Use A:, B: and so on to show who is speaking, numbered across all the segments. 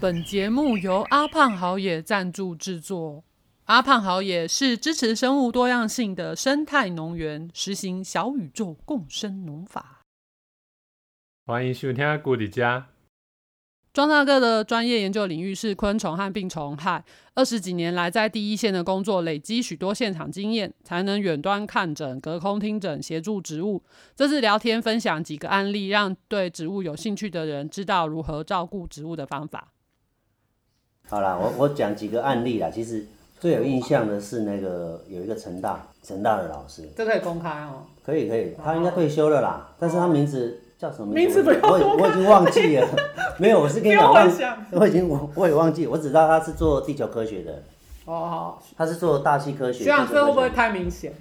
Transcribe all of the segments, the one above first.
A: 本节目由阿胖好野赞助制作。阿胖好野是支持生物多样性的生态农园，实行小宇宙共生农法。
B: 欢迎收听《古迪家》。
A: 庄大哥的专业研究领域是昆虫和病虫害，二十几年来在第一线的工作，累积许多现场经验，才能远端看诊、隔空听诊、协助植物。这次聊天分享几个案例，让对植物有兴趣的人知道如何照顾植物的方法。
C: 好啦，我我讲几个案例啦。其实最有印象的是那个有一个成大成大的老师，
A: 这可以公开哦。
C: 可以可以，他应该退休了啦，但是他名字叫什么
A: 名字
C: 我
A: 不要
C: 我已我已经忘记了，没有，我是跟你
A: 不
C: 讲
A: 要
C: 忘
A: 幻想，
C: 我已经我我也忘记，我只知道他是做地球科学的，
A: 哦，好，
C: 他是做大气科学。
A: 学长，
C: 地球科
A: 这
C: 学
A: 会不会太明显？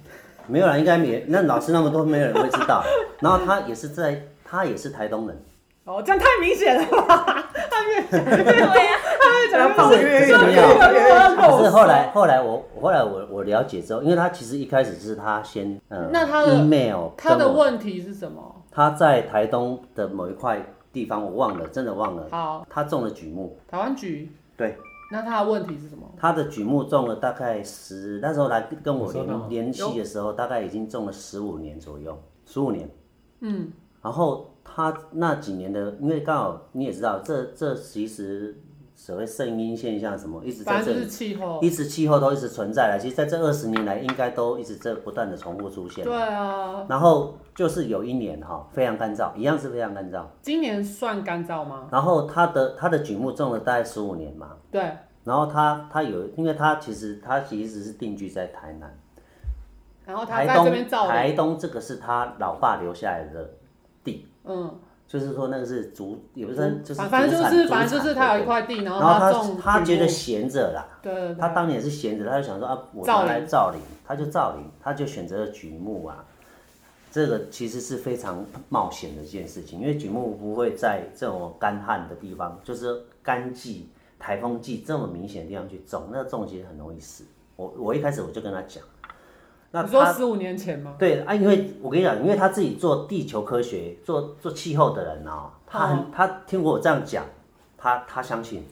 C: 没有啦，应该没，那老师那么多，没有人会知道。然后他也是在，他也是台东人，
A: 哦，这样太明显了吧？ 他越讲越
D: 对呀、
A: 他越讲越
C: 不是
A: 越
C: 不是
A: 越越
C: 啊可是后来后来我后来我我了解之后，因为他其实一开始是他先呃，
A: 那他的
C: email
A: 他的
C: 跟我
A: 问题是什么？
C: 他在台东的某一块地方，我忘了，真的忘了，
A: 好，
C: 他种了榉木，
A: 台湾局，
C: 对，
A: 那他的问题是什么？
C: 他的榉木种了大概十，那时候来跟我
B: 我收到了
C: 联联系的时候，大概已经种了十五年左右，十五年。
A: 嗯，
C: 然后他那几年的，因为刚好你也知道，这这其实所谓圣婴现象什么，一直在
A: 反
C: 这
A: 正就
C: 里
A: 是，气候。
C: 一直气候都一直存在了。其实在这二十年来，应该都一直在不断的重复出现。
A: 对啊，
C: 然后就是有一年哈、非常干燥，一样是非常干燥。
A: 今年算干燥吗？
C: 然后他的他的榉木种了大概十五年嘛，
A: 对，
C: 然后他他有，因为他其实他其实是定居在台南，
A: 然后他
C: 台
A: 哦在这
C: 东
A: 边造的，
C: 台东这个是他老爸留下来的地，
A: 嗯，
C: 就是说那个是竹，也不是
A: 嗯
C: 就是
A: 反反正就
C: 竹
A: 是
C: 产
A: 反正就是
C: 竹产
A: 他有一块地，然
C: 对
A: 后
C: 然后
A: 他
C: 他
A: 种
C: 他
A: 植
C: 觉得
A: 物
C: 闲着啦，
A: 对对
C: 他
A: 对，
C: 当年是闲着，他就想说啊，我
A: 造
C: 拿
A: 林
C: 来造林，他就造林，他就选择了榉木啊。这个其实是非常冒险的一件事情，因为榉木不会在这种干旱的地方，就是干季、台风季这么明显的地方去种，那种其实很容易死。我我一开始我就跟他讲，那
A: 你说
C: 他
A: 十五年前吗？
C: 对啊，因为我跟你讲，因为他自己做地球科学、做做气候的人啊、他很、
A: 哦
C: 他听我这样讲，他他相信，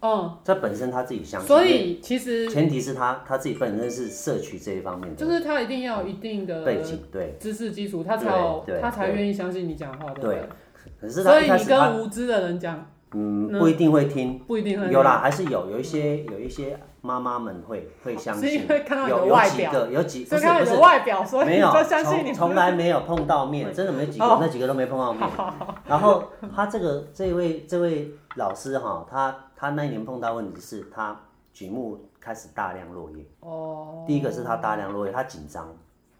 A: 嗯，
C: 这本身他自己相信，
A: 所以其实
C: 前提是他他自己本身是摄取这一方面的
A: 就是他一定要有一定的
C: 背景，对。
A: 知识基础，他才有
C: 对对
A: 他才
C: 对
A: 愿意相信你讲话，对不
C: 对
A: 对？
C: 可是
A: 所
C: 他
A: 以
C: 一开
A: 你
C: 始啊他
A: 跟无知的人讲
C: 嗯
A: 嗯
C: 不一定会听，
A: 不一定很
C: 有啦，，还是有有一些有一些妈妈们会会相
A: 是
C: 信
A: 因为看到你的
C: 有
A: 外
C: 有几
A: 表
C: 个有几
A: 所
C: 不
A: 以
C: 是
A: 看到
C: 不
A: 你
C: 是
A: 的外表，所以
C: 没
A: 你
C: 有
A: 就 相信
C: 从
A: 你。
C: 从来没有碰 到面，真的没几个
A: 哦
C: 那几个都没碰 到面。然后他这个这位这位老师哈，他他那一年碰到问题是他举目开始大量落叶，
A: 哦，嗯
C: 第一个是他大量落叶，他紧张，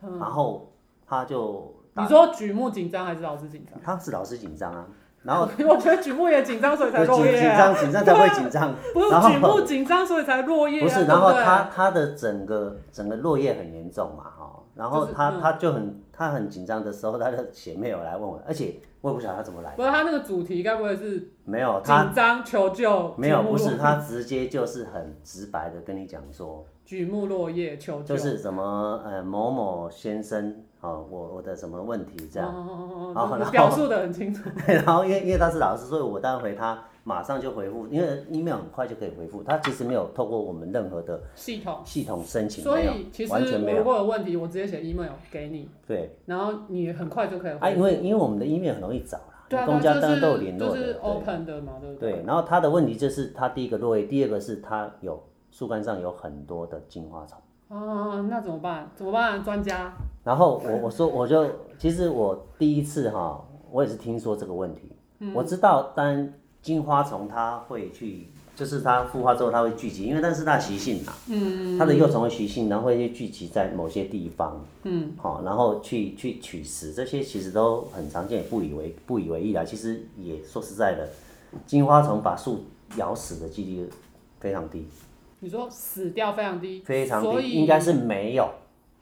C: 然后他就
A: 你说举目紧张还是老师紧张？
C: 他是老师紧张啊，然后
A: 我觉得举目也紧张，所以才
C: 有
A: 落
C: 紧
A: 叶
C: 紧
A: 啊。
C: 张紧张才会紧张，
A: 不
C: 然
A: 是
C: 后
A: 举目紧张，所以才落 叶啊。
C: 不是，
A: 对
C: 然后
A: 对
C: 他他的整个整个落叶很严重嘛，哈，然后
A: 就是
C: 他
A: 嗯
C: 他就很他很紧张的时候，他的姐妹有来问我，而且我也不晓得他怎么来
A: 不，是他那个主题，该不会是
C: 没有他
A: 紧张求救？
C: 没有
A: 举目
C: 不是
A: 落
C: 他直接就是很直白的跟你讲说，
A: 举目落叶求救，
C: 就是什么呃某某先生，哦，我我的什么问题这样，
A: 哦，
C: 然后
A: 就是
C: 然后
A: 表述的很清楚。
C: 然后因为因为他是老师，所以我当然回他马上就回复，因为 email 很快就可以回复，他其实没有透过我们任何的
A: 系统。
C: 系统申请，
A: 所
C: 没有
A: 以其实
C: 完全
A: 我
C: 没
A: 如
C: 有，
A: 果有问题，我直接写 email 给你，
C: 对。
A: 然后你很快就可以
C: 啊，
A: 回
C: 因
A: 复。
C: 为因为我们的 email 很容易找啦，
A: 对啊，
C: 公家
A: 对
C: 当
A: 啊
C: 然都有
A: 就是
C: 联络
A: 就
C: 的，
A: 是
C: 对
A: open 的嘛，对不
C: 对。然后他的问题就是他第一个落叶，第二个是他有树干上有很多的金花草。
A: 啊，那怎么办？怎么办？专家，
C: 然后我我说我就其实我第一次哈，我也是听说这个问题，我知道，当然金花虫它会去，就是它孵化之后它会聚集，因为那是它的习性嘛，嗯，它的幼虫的习性，然后会去聚集在某些地方，嗯，好，然后去去取食，这些其实都很常见，也不以为不以为意啦。其实也说实在的，金花虫把树咬死的几率非常低，
A: 你说死掉非常低，
C: 非常
A: 所
C: 低，
A: 以
C: 应该是没有。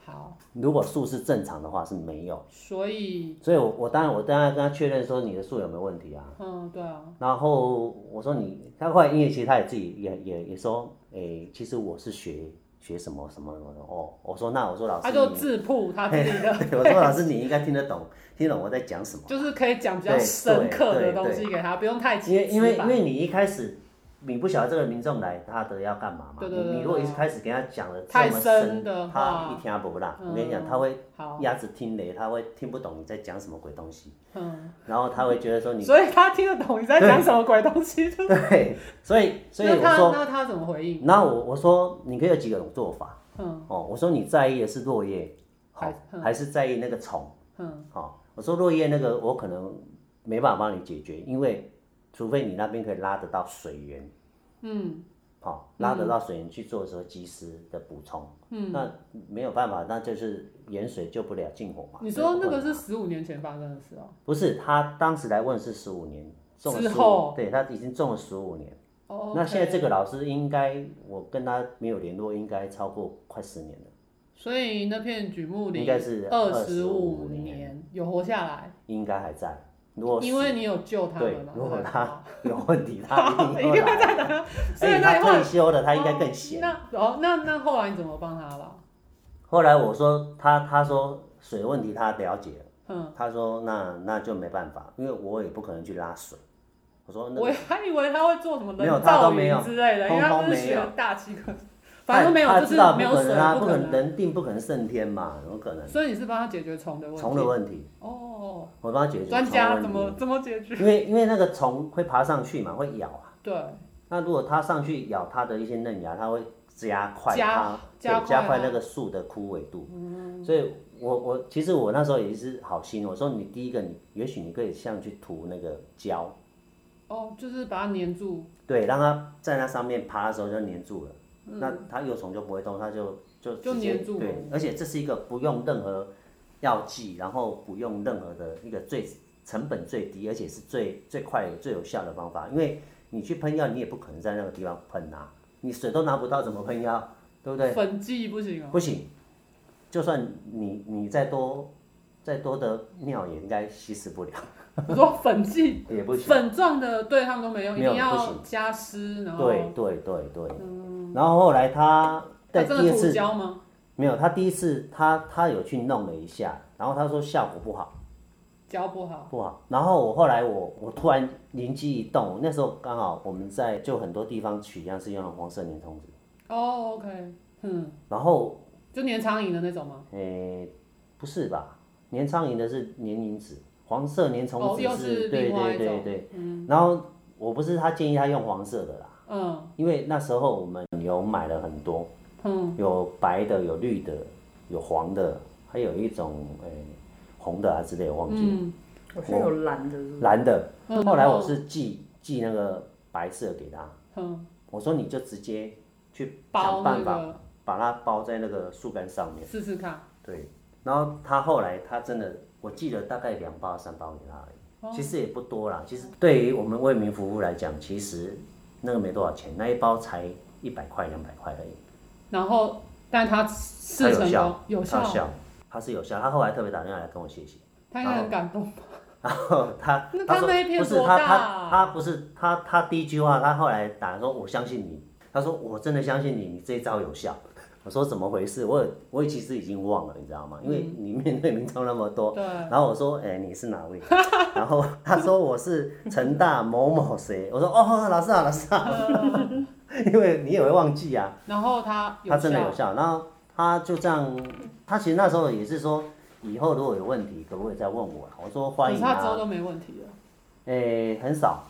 A: 好，
C: 如果树是正常的话是没有。
A: 所以
C: 所以我，我当然我当然跟他确认说你的树有没有问题啊。
A: 嗯，对啊，
C: 然后我说你，他后来因为其实他也自己也也也说，诶、其实我是学学什么什么什么的哦。我说那我说老师
A: 他
C: 你，
A: 就自曝他自己的，
C: 对我说老师你应该听得懂，听得懂我在讲什么。
A: 就是可以讲比较深刻的东西给他，不用太
C: 因为
A: 奇
C: 因
A: 思
C: 为
A: 吧
C: 因为你一开始你不晓得这个民众来他的要干嘛嘛？
A: 对对对
C: 你你如果一开始给他讲的这
A: 太
C: 么
A: 深
C: 深
A: 的话
C: 他一听不啦。
A: 嗯
C: 我跟你讲，他会
A: 好，
C: 鸭子听雷，他会听不懂你在讲什么鬼东西，
A: 嗯，
C: 然后他会觉得说你
A: 所以他听得懂你在讲什么鬼东西，对不对
C: 对，所以所以
A: 那
C: 我
A: 他
C: 说，
A: 那他怎么回应？
C: 然后我我说你可以有几种做法
A: 嗯
C: 哦，我说你在意的是落叶，好、
A: 还嗯
C: 还是在意那个虫？
A: 嗯，
C: 好、我说落叶那个我可能没办法帮你解决，因为除非你那边可以拉得到水源，
A: 嗯
C: 好、拉得到水源去做说及时的补充，嗯，那没有办法，那就是远水救不了近火嘛。
A: 你说那个
C: 对
A: 是十五年前发生的事哦、
C: 不是他当时来问是十五年，中了
A: 之
C: 15
A: 后
C: 对他已经中了十五年。
A: 哦，
C: 那现在这
A: 个，
C: 个老师应该，我跟他没有联络，应该超过快十年了，
A: 所以那片榉木林
C: 应该是
A: 二十五
C: 25
A: 年有活下来，
C: 应该还在。如果
A: 因为你有救他
C: 对
A: 们嘛，，
C: 如果
A: 对吧
C: 他有问题，他一 定
A: 一定
C: 会
A: 会
C: 来。
A: 所
C: 而
A: 以
C: 且
A: 哎那
C: 他
A: 以后
C: 退休了，他应该更闲。
A: 那哦，那那后来你怎么帮他了？
C: 后来我说他，他说水问题他了解了，
A: 嗯，
C: 他说那那就没办法，因为我也不可能去拉水。我说哦那
A: 我还以为他会做什么
C: 没有
A: 人
C: 他
A: 造
C: 都没有
A: 云之类的，因为
C: 通
A: 他
C: 通
A: 不是学
C: 没有
A: 大气 科，反正没有，
C: 他
A: 就
C: 知
A: 是
C: 道
A: 没有
C: 可
A: 水
C: 能啊，，
A: 不
C: 不
A: 可
C: 能，。人定不可能胜天嘛，怎么可能？
A: 所以你是帮他解决虫的问题。
C: 虫的问题，
A: 哦，
C: 我帮他解决
A: 专
C: 虫的
A: 家
C: 问
A: 怎
C: 题
A: 么 怎么解决？
C: 因为因为那个虫会爬上去嘛，会咬啊。
A: 对，
C: 那如果它上去咬它的一些嫩芽，它会加快
A: 加
C: 它
A: 加快嗯
C: 对
A: 它
C: 加快那个树的枯萎度。所以我我其实我那时候也是好心，我说你第一个你也许你可以像去涂那个胶，
A: 哦，就是把它粘住。
C: 对，让它在那上面爬的时候就粘住了，那它幼虫就不会动，它就就
A: 嗯就
C: 直接
A: 粘住哦了
C: 对，而且这是一个不用任何药剂，然后不用任何的一个最成本最低，而且是最最快最有效的方法。因为你去喷药，你也不可能在那个地方喷啊，你水都拿不到，怎么喷药？对不对？
A: 粉剂不行哦。
C: 不行，就算你你再多再多的尿也应该稀释不了，
A: 我说粉剂，
C: 也不行。
A: 粉状的对他们都没用，一
C: 没有
A: 定
C: 不
A: 要
C: 行
A: 加湿，然后
C: 对对对对。然后后来他
A: 哦嗯它
C: 在
A: 真
C: 第
A: 的
C: 二
A: 涂
C: 次
A: 胶吗？
C: 没有，他第一次他他有去弄了一下，然后他说效果不好
A: 胶不好。
C: 不好。然后我后来我我突然灵机一动，那时候刚好我们在就很多地方取样是用了黄色年虫子，
A: 哦，OK，嗯，
C: 然后
A: 就粘苍蝇的那种吗？
C: 诶、不是吧？年苍蝇的是年蝇子，黄色年虫
A: 哦
C: 子
A: 又是
C: 对
A: 另外
C: 对
A: 一
C: 对
A: 种
C: 对。然后我不是他建议他用黄色的啦，
A: 嗯
C: 因为那时候我们有买了很多，
A: 嗯，
C: 有白的，有绿的，有黄的，还有一种诶、红的啊之类，我忘记了。
A: 嗯，
D: 我是有蓝的，是不是
C: 蓝的。
A: 嗯
C: 后来我是寄寄那个白色给他，
A: 嗯，
C: 我说你就直接去
A: 包那
C: 想办法
A: 个
C: 把它包在那个树干上面。
A: 试试看。
C: 对，然后他后来他真的，我记得大概两包三包给他而
A: 哦
C: 已，其实也不多啦。其实对于我们为民服务来讲，其实那个没多少钱，那一包才一百块两百块而已，
A: 然后，但他
C: 它
A: 试
C: 有
A: 成功
C: 效，，
A: 有
C: 它
A: 效，
C: 效，它是有效。他后来特别打电话来跟我谢谢。
A: 他应该很感动。
C: 然后他
A: 那
C: 他
A: 他
C: 说
A: 那一片
C: 不是
A: 多
C: 他
A: 大啊
C: 他他不是他他第一句话，他后来打说我相信你，他说我真的相信你，你这一招有效。我说怎么回事？我有我其实已经忘了，你知道吗？因为你面对民众那么多。
A: 嗯对，
C: 然后我说，哎、你是哪位？ 然后他说我是成大某某谁。我说哦，老师好，老师好，
A: 嗯
C: 因为你也会忘记啊。
A: 然后他有
C: 他真的有
A: 效，
C: 效。然后他就这样，他其实那时候也是说，以后如果有问题，可不可以再问我啊？我说
A: 可
C: 欢
A: 是
C: 迎
A: 他之后
C: 啊。
A: 都没问题了。
C: 诶、很少，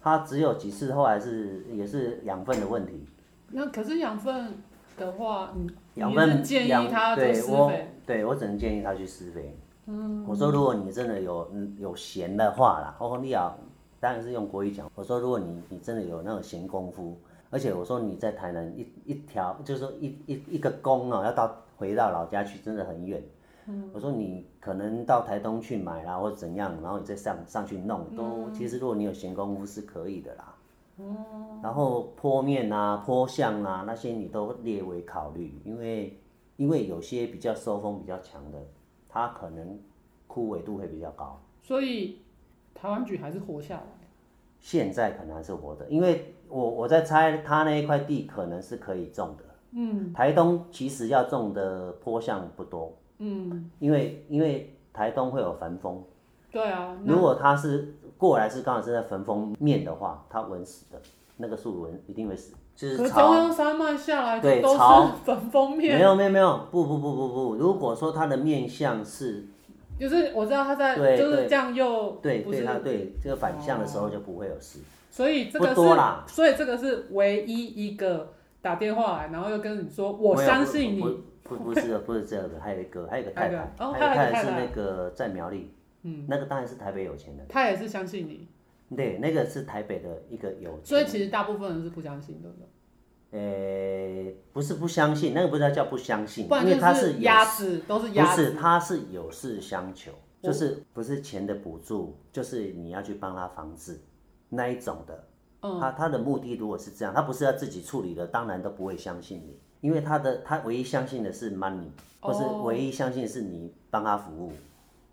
C: 他只有几次，后来是也是养分的问题。
A: 那可是养分的话，你
C: 养
A: 你
C: 分
A: 是建
C: 养
A: 议他去
C: 对
A: 施
C: 我
A: 肥，
C: 对我只能建议他去施肥。嗯，我说如果你真的有嗯有闲的话啦，哦，你要当然是用国语讲。我说如果你你真的有那种闲功夫，而且我说你在台南一一条就是说一一一个工哦，要到回到老家去真的很远。嗯，我说你可能到台东去买啦，或者怎样，然后你再上上去弄，都、
A: 嗯
C: 其实如果你有闲工夫是可以的啦。
A: 哦
C: 然后坡面啊、坡向啊那些你都列为考虑，因为因为有些比较收风比较强的，它可能枯萎度会比较高。
A: 所以台湾菊还是活下来。
C: 现在可能还是活的，因为我我在猜它那一块地可能是可以种的。嗯，台东其实要种的坡向不多，
A: 嗯，
C: 因为因为台东会有焚风，
A: 对啊，那
C: 如果它是过来是刚好是在焚风面的话，它稳死的。那个树纹一定会死，就
A: 可
C: 是
A: 是中
C: 草。
A: 央山脉下来
C: 对嗯
A: 都
C: 朝
A: 是粉封
C: 没
A: 面，
C: 有没有没有，不不不不不，如果说它的面相是
A: 就是我知道它在
C: 对
A: 就是
C: 对
A: 这样又
C: 对
A: 不是哦
C: 对它对这个反向的时候就不会有事。
A: 所以这个是，
C: 不多啦
A: 所以这个是唯一一个打电话来，然后又跟你说我相信
C: 没
A: 你，
C: 有。不不不不是的， 不是这个，还有一个，还有一个太太，
A: 还有一个哦
C: 还有一个
A: 还有一个
C: 太太是
A: 太太
C: 那个在苗栗，嗯，那个当然是台北有钱人，
A: 他也是相信你，
C: 对，那个是台北的一个有
A: 所以
C: 钱，
A: 其实大部分人是不相信，对不对？
C: 呃，不是不相信，那个不叫叫不相信，
A: 不然
C: 因为他
A: 就是
C: 有
A: 鸭子，都是
C: 不
A: 鸭
C: 是，
A: 子，嗯
C: 他是有事相求，
A: 我
C: 就是不是钱的补助，就是你要去帮他防治那一种的。
A: 嗯
C: 他他的目的如果是这样，他不是要自己处理的，当然都不会相信你，因为他的他唯一相信的是 money，或是
A: 哦
C: 唯一相信是你帮他服务，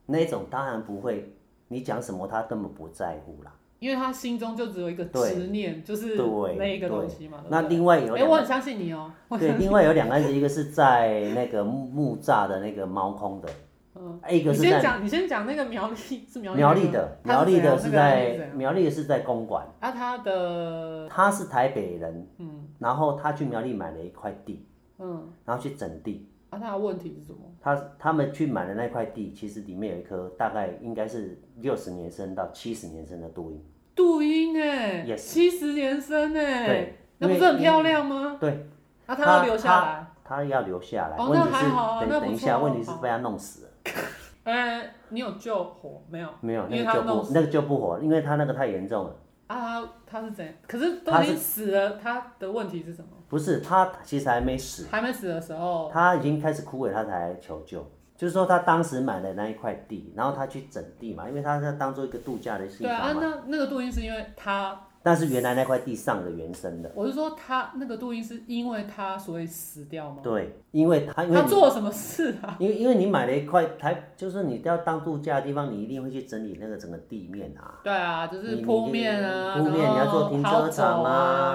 C: 那一种当然不会，你讲什么他根本不在乎啦。
A: 因为他心中就只有一个
C: 对
A: 执念，就是
C: 对
A: 那一个东
C: 对
A: 西嘛。
C: 那
A: 对
C: 另外
A: 不
C: 有
A: 对哎，
C: 两
A: 我很
C: 个，
A: 相信你哦，
C: 对，另外有两个案子，一个是在那个木木栅的那个猫空的，嗯，一个
A: 你
C: 是
A: 先
C: 在
A: 讲，你先讲那个苗栗是苗栗
C: 苗栗
A: 那个
C: 的，苗栗的
A: 他
C: 是
A: 怎样那个人是
C: 在
A: 怎样呃
C: 苗栗的是在公馆，
A: 啊，他的
C: 他是台北人，嗯，然后他去苗栗买了一块地，
A: 嗯
C: 然后去整地，
A: 啊，他的问题是什么？
C: 他他们去买的那块地，其实里面有一棵大概应该是六十年生到七十年生的杜英，
A: 杜英哎，
C: Yes
A: 七十年生哎
C: 对，
A: 那不
C: 因
A: 是
C: 为
A: 很漂亮吗？
C: 对，
A: 啊，他要留下来。
C: 他要留下来，
A: 哦
C: 问题
A: 那
C: 是
A: 还好啊
C: 等
A: 那不
C: 等一
A: 错
C: 下，
A: 啊
C: 问题是被他弄死了，
A: 哎，你有救火没有？
C: 没有
A: 因为
C: 那
A: 他
C: 个就
A: 弄
C: 不
A: 死
C: 那个就不活，因为他那个太严重了，
A: 啊，他他是怎样？可是都
C: 他
A: 已
C: 是
A: 经死了，他的问题是什么？
C: 不是他其实还没死，
A: 还没死的时候，
C: 他已经开始枯萎，他才求救。就是说，他当时买的那一块地，然后他去整地嘛，因为他是当做一个度假的地
A: 对啊，
C: 方嘛。
A: 那那个杜英是因为他，
C: 但是原来那块地上的原生的，
A: 我是说他那个杜英是因为他所以死掉吗？
C: 对，因为他因为
A: 他
C: 你
A: 做了什么事啊？
C: 因为因为你买了一块台，就是你要当度假的地方，你一定会去整理那个整个地面啊。
A: 对啊，就
C: 你
A: 是
C: 你
A: 铺面啊，
C: 铺
A: 然后
C: 面你要做停车场
A: 啊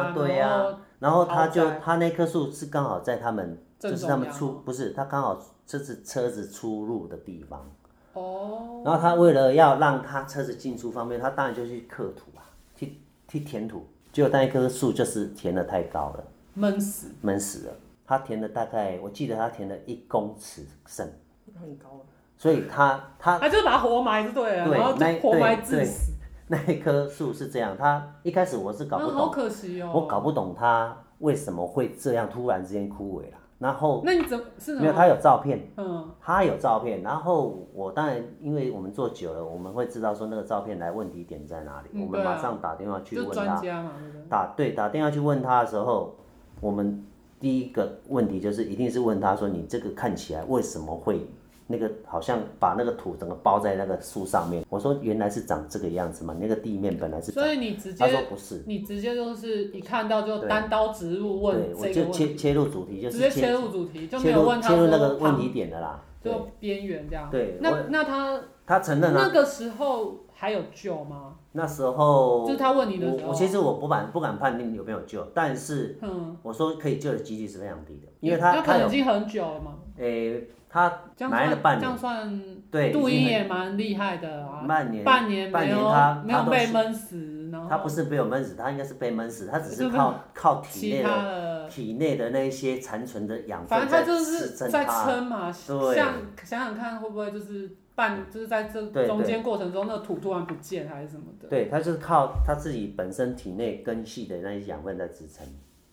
C: 啊，，对
A: 然后
C: 啊。然后他就
A: 豪宅
C: 他那棵树是刚好在他们
A: 正
C: 就是
A: 中
C: 他们
A: 央
C: 出不是他刚好这是车子出入的地方。
A: 哦，
C: 然后他为了要让他车子进出方便，他当然就去刻土啊，去去填土。结果那一棵树就是填的太高了，
A: 闷死，
C: 闷死了。他填了大概，我记得他填了一公尺深，
D: 很高了，
C: 所以他他
A: 啊他就是把他活埋就对了，
C: 啊对
A: 然后
C: 那
A: 就活埋
C: 对
A: 致死，
C: 那一棵树是这样。他一开始我是搞
A: 那
C: 不
A: 好
C: 懂，
A: 可惜哦。
C: 我搞不懂他为什么会这样突然之间枯萎了。然后
A: 那你怎么是哦
C: 没有他有照片，
A: 嗯，
C: 他有照片。然后我当然因为我们做久了，我们会知道说那个照片来问题点在哪里，
A: 嗯
C: 我
A: 对
C: 们
A: 啊
C: 马上打电话去
A: 就
C: 问
A: 专
C: 他。
A: 家嘛，对不对？
C: 打对打电话去问他的时候，我们第一个问题就是一定是问他说你这个看起来为什么会那个好像把那个土整个包在那个树上面？我说原来是长这个样子嘛，你那个地面本来是长。
A: 所以你直
C: 他说
A: 接
C: 不是，
A: 你直接就是一看到就
C: 对
A: 单刀直入
C: 对
A: 问，
C: 我
A: 这
C: 就
A: 个问
C: 切
A: 题，
C: 切入主题，就
A: 直
C: 是
A: 接切入主题，就没
C: 切
A: 有
C: 入
A: 问他
C: 切入那个
A: 说
C: 问
A: 旁
C: 题点的啦。对
A: 就，边缘这样。
C: 对
A: 那
C: 我
A: 那他
C: 他承认啊
A: 那
C: 了。
A: 个时候还有救吗？
C: 那时候
A: 就是他问你的时候
C: 我我其实我不敢不敢判定有没有救，但是
A: 嗯，
C: 我说可以救的几率是非常低的，因为
A: 那
C: 他
A: 可
C: 他
A: 能
C: 有
A: 已经很久了嘛，
C: 诶他
A: 这样
C: 埋了
A: 算
C: 半
A: 这样
C: 年，
A: 算
C: 对，
A: 杜
C: 已
A: 英
C: 经很
A: 也蛮厉害的啊，
C: 半年，
A: 半年
C: 半
A: 没
C: 年
A: 有
C: 他
A: 没有
C: 他都
A: 被
C: 是
A: 闷死，然后
C: 他不是被我闷死，他应该是被闷死，他只
A: 就是被
C: 靠靠体
A: 其
C: 内
A: 他
C: 的
A: 的，
C: 体内的那一些残存的养
A: 反
C: 分
A: 正他
C: 在
A: 就是
C: 支撑
A: 在
C: 他。
A: 撑嘛，
C: 对
A: 像想想看会不会就是半就是在这
C: 对
A: 中间过程中那土突然不见还是什么的，
C: 对，他就是靠他自己本身体内根系的那些养分在支撑。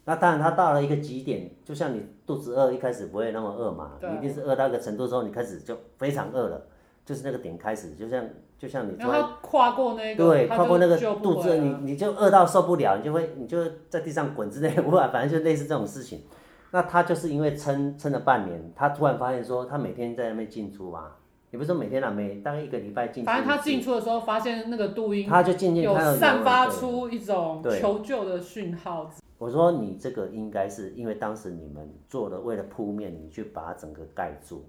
C: 那当然，他到了一个极点，就像你肚子饿，一开始不会那么饿嘛，
A: 对
C: 你一定是饿到一个程度之后，你开始就非常饿了，就是那个点开始，就像就像你
A: 然
C: 突
A: 后
C: 然
A: 他跨过那个，
C: 对
A: 他
C: 跨过那个
A: 就
C: 肚子饿，你你就饿到受不了，你就会你就会在地上滚之类的， 无法，反正就类似这种事情。那他就是因为撑撑了半年，他突然发现说，他每天在那边进出嘛，也不是说每天啦、每大概一个礼拜进出一次，
A: 反正他进出的时候发现那个杜英
C: 他就渐渐
A: 有
C: 看到
A: 散发
C: 对
A: 出一种
C: 对
A: 求救的讯号，
C: 我说你这个应该是因为当时你们做了为了铺面，你去把它整个盖住，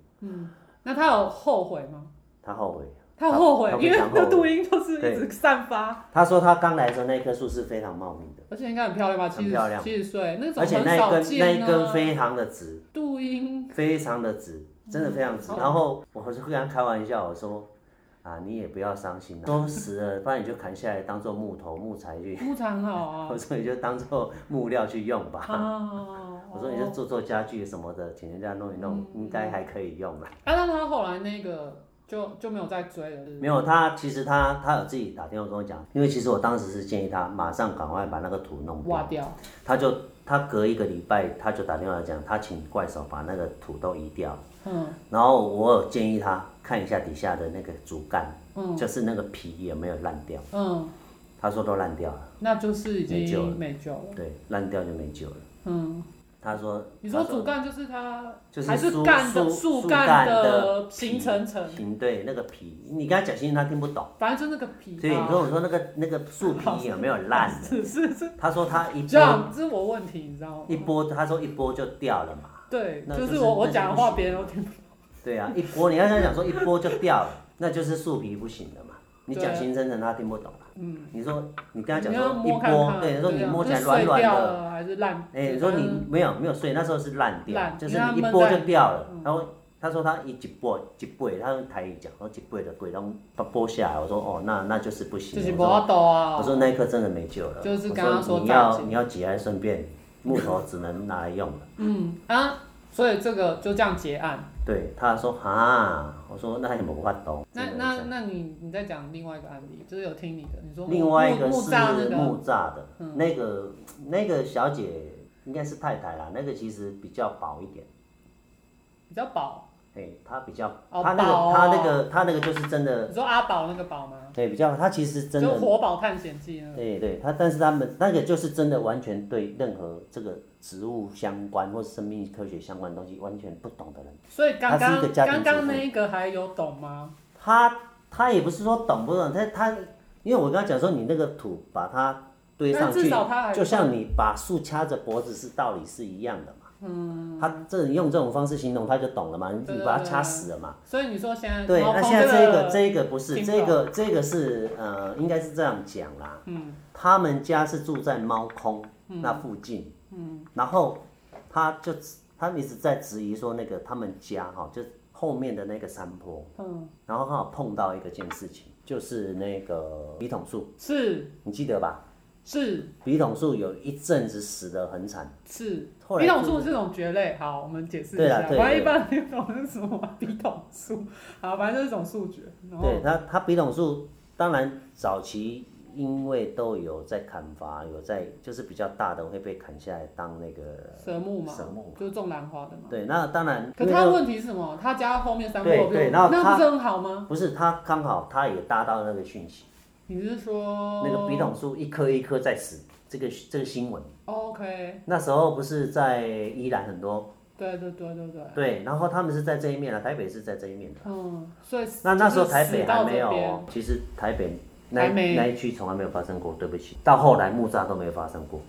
A: 那他有后悔吗？
C: 他后悔。
A: 他后悔
C: 他，他非
A: 因为
C: 常
A: 那
C: 后悔
A: 杜英就是一直散发，
C: 他说他刚来的时候那棵树是非常茂密的，
A: 而且应该很漂亮吧？
C: 很
A: 七
C: 漂
A: 十
C: 亮
A: 七十岁那种
C: 而且
A: 很
C: 那
A: 少
C: 一根那
A: 见
C: 一根
A: 啊。
C: 非常的直，
A: 杜英嗯
C: 非常的直，真的非常直。然后我就跟他开玩笑，我说啊，你也不要伤心啊，都死了，不然你就砍下来当做木头、木材去，
A: 木材很好啊
C: 我。说你就当做木料去用吧。
A: 啊，
C: 我说你就做做家具什么的，请人家弄一
A: 嗯
C: 弄，应该还可以用吧。
A: 啊，但他后来那个就就没有再追了，是不是
C: 没有，他其实他他有自己打电话跟我讲，因为其实我当时是建议他马上赶快把那个土弄
A: 挖
C: 掉，
A: 掉。
C: 他就他隔一个礼拜他就打电话讲，他请怪手把那个土都移掉，
A: 嗯
C: 然后我有建议他看一下底下的那个竹竿，
A: 嗯
C: 就是那个皮有没有烂掉，
A: 嗯，
C: 他说都烂掉了，
A: 那就是已
C: 没救了
A: 经没救了。
C: 对，烂掉就没救了。
A: 嗯，
C: 他说，
A: 你说
C: 他
A: 主干就是它，
C: 就是
A: 还是
C: 树
A: 干的
C: 树
A: 树
C: 树
A: 干
C: 干
A: 的
C: 的
A: 形成层，
C: 嗯，对，那个皮，你跟他讲清楚，他听不懂。
A: 反正就那个皮啊。
C: 所以你跟我说那个那个树皮有没有烂的？
A: 是是是，
C: 他说他一
A: 这
C: 剥
A: 样这是我问题，你知道吗？
C: 一剥，他说一剥就掉了嘛。
A: 对，
C: 那
A: 就
C: 就是
A: 是我我
C: 那
A: 讲的
C: 就不
A: 话
C: 行
A: 别人都听不懂。
C: 对
A: 嗯
C: 啊，一剥你要跟他讲说一剥就掉 了，那就是树皮不行了嘛。你
A: 对啊
C: 讲形成层他听不懂啊。
A: 嗯，
C: 你说你跟他讲
A: 你要
C: 说一
A: 摸看
C: 剥，
A: 看，
C: 对，你说你
A: 啊
C: 摸起
A: 是
C: 来软
A: 碎
C: 软
A: 掉
C: 的，
A: 了还是烂？
C: 哎，你说你没有没有碎，那时候是烂掉，
A: 烂
C: 就是
A: 因为它
C: 你一
A: 闷
C: 剥
A: 在嗯
C: 就掉了。然后他说他一一剥一剥，他用台语讲，说一剥就剥，然后把它剥下来。我说哦，那那就是不行
A: 就是
C: 了。
A: 不
C: 我说
A: 要抖啊。
C: 我说那一刻真的没救了，
A: 就是
C: 我
A: 刚刚说
C: 你
A: 炸
C: 要
A: 鸡
C: 你要节哀顺 变，木头只能拿来用了。
A: 嗯啊，所以这个就这样结案。
C: 对，他说啊，我说那也没法懂。
A: 那
C: 真的
A: 那
C: 是
A: 那你你再讲另外一个案例，就是有听你的，你说
C: 另外一
A: 木
C: 个
A: 木栅那
C: 是
A: 个，嗯
C: 木栅的，那个那个小姐应该是太太啦，那个其实比较薄一点，
A: 比较薄，
C: 哎，她比较，
A: 哦
C: 她那个
A: 薄哦
C: 她那个她那个就是真的，
A: 你说阿宝那个宝吗？
C: 对，比较她其实真
A: 就《
C: 的，
A: 活宝探险记》那个，
C: 对对，她但是他们那个就是真的完全对任何这个植物相关或生命科学相关的东西完全不懂的人。
A: 所以刚
C: 他是一
A: 刚
C: 个家庭
A: 刚
C: 主
A: 刚
C: 妇
A: 那一个还有懂吗？
C: 他他也不是说懂不懂，他他因为我跟他讲说，你那个土把它堆上
A: 但至
C: 去
A: 少他还，
C: 就像你把树掐着脖子是道理是一样的嘛。嗯，他这你用这种方式形容他就懂了嘛，你
A: 对对
C: 你把它掐死了嘛。
A: 所以你说现在
C: 对，
A: 毛
C: 那
A: 孔
C: 现在这个
A: 个
C: 这个不是
A: 听
C: 这个这个是呃，应该是这样讲啦。嗯，他们家是住在猫空那附近。嗯，然后他就他一直在质疑说那个他们家哈，就后面的那个山坡。
A: 嗯
C: 然后刚好碰到一个件事情，就是那个笔筒树，
A: 是
C: 你记得吧？
A: 是
C: 笔筒树有一阵子死得很惨，
A: 是，
C: 后来
A: 笔
C: 就
A: 筒树是种蕨类，好，我们解释一
C: 对啦
A: 下，
C: 对
A: 反正
C: 对
A: 一般听不懂是什么笔筒树，好，反正就是一种树蕨，然后
C: 对它它笔筒树，当然早期因为都有在砍伐，有在就是比较大的会被砍下来当那个
A: 蛇木嘛，
C: 蛇木。
A: 就是种兰花的嘛。
C: 对，那当然，
A: 可
C: 因为
A: 他的问题是什么？他家后面山坡
C: 对
A: 有没有
C: 对然后
A: 那
C: 他
A: 不是很好吗？
C: 不是他刚好他也搭到那个讯息，
A: 你是说
C: 那个笔筒树一棵一棵在死，这个这个新闻，
A: ？OK，
C: 那时候不是在宜兰很多
A: 对对对对对，
C: 对，然后他们是在这一面啊，台北是在这一面。
A: 嗯，所以
C: 那那时候
A: 就是
C: 台北
A: 死到
C: 还没有
A: 这边
C: 哦，其实台北
A: 还
C: 那
A: 没
C: 那一区从来没有发生过，对不起，到后来木栅都没有发生过。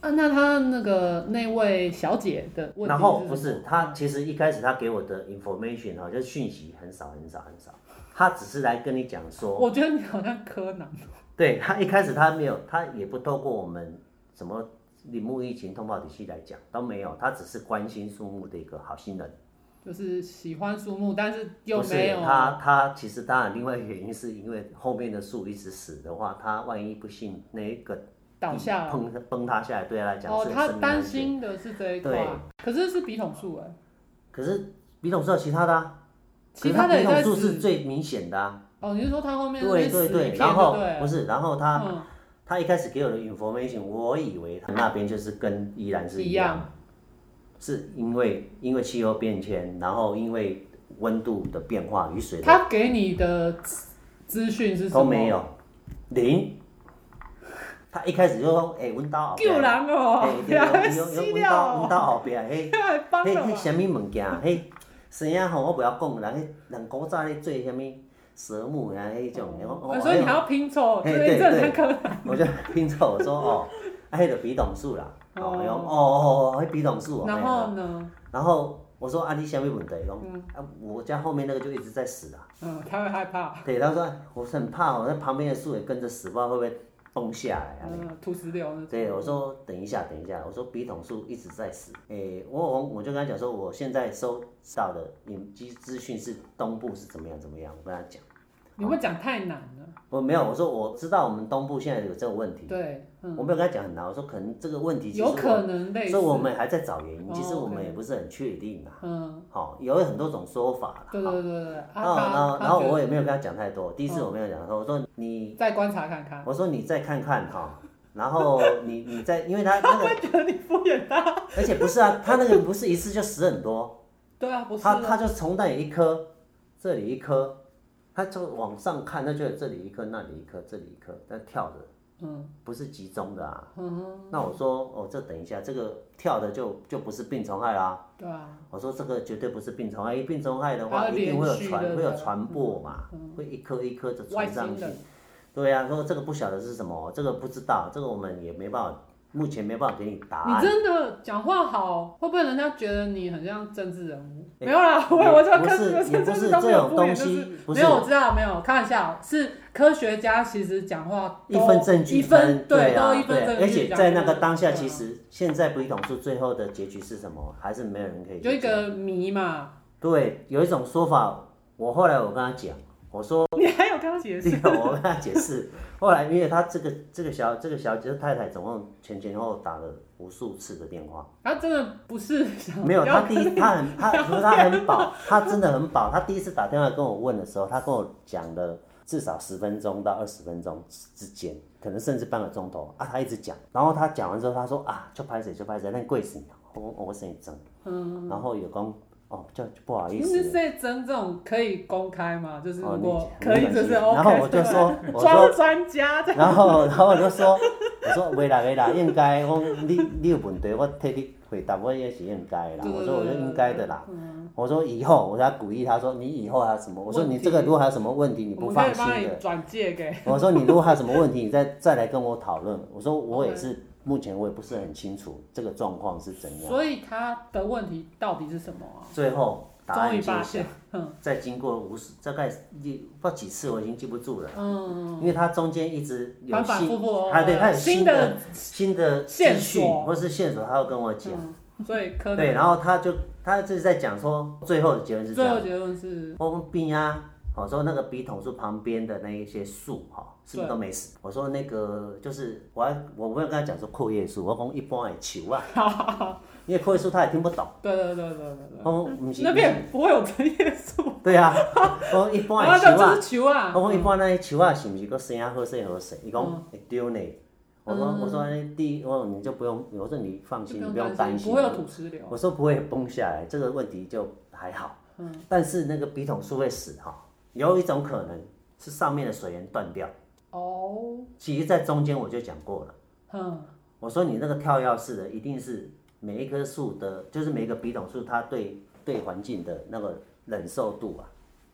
A: 啊，那他那个那位小姐的问题，
C: 然后不是，他，
A: 嗯
C: 其实一开始他给我的 information 哈，就是讯息很少很少很少，他只是来跟你讲说，
A: 我觉得你好像柯南，
C: 对他一开始他没有，他也不透过我们什么铃木疫情通报体系来讲都没有，他只是关心树木的一个好心人。
A: 就是喜欢树木，但是又
C: 不
A: 没
C: 是
A: 有
C: 他，他其实当然另外一个原因是因为后面的树一直死的话，他万一不幸那一个
A: 倒下了。
C: 崩崩塌下来，对他来讲
A: 哦
C: 是，
A: 他
C: 生命
A: 担
C: 安全。
A: 心的是这一块
C: 对，
A: 可是是笔筒树哎，
C: 可是李董事有其他的啊，
A: 其他的
C: 李
A: 也在
C: 董树是
A: 死。
C: 最明显的啊。
A: 哦，你是说他后面那
C: 对
A: 边死
C: 对
A: 一片
C: 对，
A: 就
C: 然后
A: 对
C: 不
A: 了，
C: 是，然后他
A: 嗯，
C: 他一开始给我的 information，我以为他那边就是跟依然是一
A: 一
C: 样，是因为因为气候变迁，然后因为温度的变化，雨水的
A: 他给你的资资讯是什么？
C: 都没有零。他一开始就说：“哎、温到后
A: 救
C: 边，
A: 人哦
C: 哎，，
A: 不要
C: 对，有有
A: 死
C: 有温到
A: 掉
C: 温
A: 哦，
C: 到后边， 嘿。”
A: 太棒
C: 迄
A: 了
C: 迄
A: 吧！
C: 什物物件，迄生影吼，我不要讲，人迄人古早咧做什物蛇木啊，迄种的，我
A: 啊
C: 我
A: 所以你还要拼凑，
C: 哎
A: 所以这很
C: 对对
A: 可能。
C: 我就拼凑我说哦，啊，迄个笔筒树啦，哦，
A: 哦
C: 伊讲哦哦哦，迄笔筒树哦，
A: 然
C: 嘿
A: 后
C: 啊
A: 呢？
C: 然后我说啊，你什物问题？伊讲
A: 嗯
C: 啊，我家后面那个就一直在死啊，
A: 嗯，他会害怕，
C: 对，他说我是很怕哦，那旁边的树也跟着死，不知道会不会崩下来啊。
A: 嗯，土石流那种。
C: 对，我说等一下，等一下，我说笔筒树一直在死。诶，我我我就跟他讲说，我现在收到的影机资讯是东部是怎么样怎么样，我跟他讲。
A: 你会讲太难了。
C: 我没有，我说我知道我们东部现在有这个问题，
A: 对，嗯，
C: 我没有跟他讲很难，我说可能这个问题其实
A: 有
C: 我
A: 可能类似，
C: 所以我们还在找原因，其实
A: 哦
C: 我们
A: OK
C: 也不是很确定啊。
A: 嗯，
C: 好、有很多种说法啦。
A: 对
C: 好
A: 对对对，啊，
C: 然后然后
A: 他
C: 然后
A: 他觉
C: 我
A: 得嗯
C: 也没有跟他讲太多，第一次我没有讲，我说你，
A: 再观察看看，
C: 我说你再看看哈、然后你你再，因为他 那个，
A: 觉得你敷衍他，
C: 而且不是啊，他那个不是一次就死很多，
A: 对 啊，不是
C: 他
A: 啊，
C: 他就从那里一颗，这里一颗，他就往上看，他就有这里一颗，那里一颗，这里一颗，但跳的
A: 嗯
C: 不是集中的啊。
A: 嗯，
C: 那我说哦，这等一下，这个跳的就就不是病虫害啦、
A: 对啊，
C: 我说这个绝对不是病虫害，因为病虫害的
A: 它
C: 话
A: 会
C: 一定会有
A: 连续
C: 传
A: 的
C: 会有
A: 对
C: 传播嘛，会一颗一颗的
A: 嗯外
C: 传上
A: 星
C: 去。
A: 人，
C: 对呀、啊，说这个不晓得是什么，这个不知道，这个我们也没办法，目前没办法给你答
A: 你
C: 案。
A: 真的讲话好，会不会人家觉得你很像政治人物？
C: 哎
A: 没有啦，我
C: 也
A: 我就看
C: 不是也
A: 政
C: 不
A: 治
C: 是
A: 都没
C: 这
A: 有
C: 种
A: 敷
C: 东
A: 衍，就
C: 西
A: 是，
C: 不
A: 没
C: 是
A: 有，我知道没有，开玩笑，是科学家其实讲话
C: 一
A: 都
C: 分证据
A: 一分
C: 对
A: 都
C: 啊
A: 一分证
C: 对啊，
A: 据，
C: 而且在那个当
A: 啊
C: 下，其实现在不一统是最后的结局是什么，还是没有人可以
A: 就一
C: 理解。
A: 个谜嘛，
C: 对，有一种说法，我后来我跟他讲，我说
A: 你还有跟他解释
C: 对，我跟他解释。 后来，因为他这个这个小这个小姐太太，总共前前后后打了无数次的电话，
A: 他真的不是想
C: 没有。
A: 要
C: 他第一，他很他不是他很保，他真的很保。他第一次打电话跟我问的时候，他跟我讲了至少十分钟到二十分钟之之间，可能甚至半个钟头啊，他一直讲。然后他讲完之后，他说啊，就拍谁就拍谁，那贵死你，我我是你真。
A: 嗯，
C: 然后有讲哦，就就不好意
A: 其
C: 思
A: 实。在真这种可以公开嘛，就是
C: 哦
A: 如
C: 你
A: 果
C: 你
A: 可以，
C: 冷
A: 就是
C: 静
A: OK。
C: 然后我就说，我说
A: 装专家这样，
C: 然后，然后我就说，我说未啦未啦，应该我你你有问题，我替你回答，我也是应该的啦。
A: 对
C: 我说我就应该的啦。
A: 嗯，
C: 我说以后，我给他鼓励他说，你以后还有什么？我说
A: 问题
C: 你这个如果还有什么问题，你
A: 我
C: 不
A: 们可
C: 放
A: 以
C: 心
A: 帮你
C: 的。
A: 转借给，
C: 我说你如果还有什么问题，你再再来跟我讨论。我说我也是，目前我也不是很清楚这个状况是怎
A: 嗯
C: 样。
A: 所以他的问题到底是什么啊？
C: 最后答
A: 终
C: 案
A: 于
C: 揭
A: 发
C: 晓
A: 现，，嗯
C: 再经过无数大概一不知道几次，我已经记不住了，
A: 嗯，
C: 因为他中间一直有
A: 反反
C: 新
A: 复复哦，
C: 啊，对，他有
A: 新
C: 新的新的
A: 线
C: 资讯
A: 索
C: 或是线索，他要跟我讲。
A: 嗯，所以可
C: 对，
A: 能
C: 然后他就他就是在讲说，最后的结论是这
A: 最后
C: 样：
A: 结论是，
C: 我们病啊，我说那个笔筒树旁边的那一些树哈、是不
A: 对
C: 是都没死？我说那个就是我还我没有跟他讲说阔叶树，我讲一般的球 啊，因为阔叶树他也听不懂，
A: 对对对对对
C: 我讲不
A: 对，
C: 是
A: 嗯那边不会有专业术，
C: 对啊，我讲一 般
A: 啊，那
C: 的球
A: 就
C: 啊
A: 是，球啊，
C: 我讲一般那些球啊是不是个生啊好势好势？伊讲会丢呢。我说我说那第一，我说你就不用，我说你放心，你嗯不用担心，
A: 不会有土石流，
C: 我说不会崩下来，这个问题就还好。嗯，但是那个笔筒树会死哈、有一种可能是上面的水源断掉。
A: 哦，
C: 其实，在中间我就讲过了，
A: 嗯，
C: 我说你那个跳跃式的一定是每一棵树的，就是每一个笔筒树它对对环境的那个忍受度啊，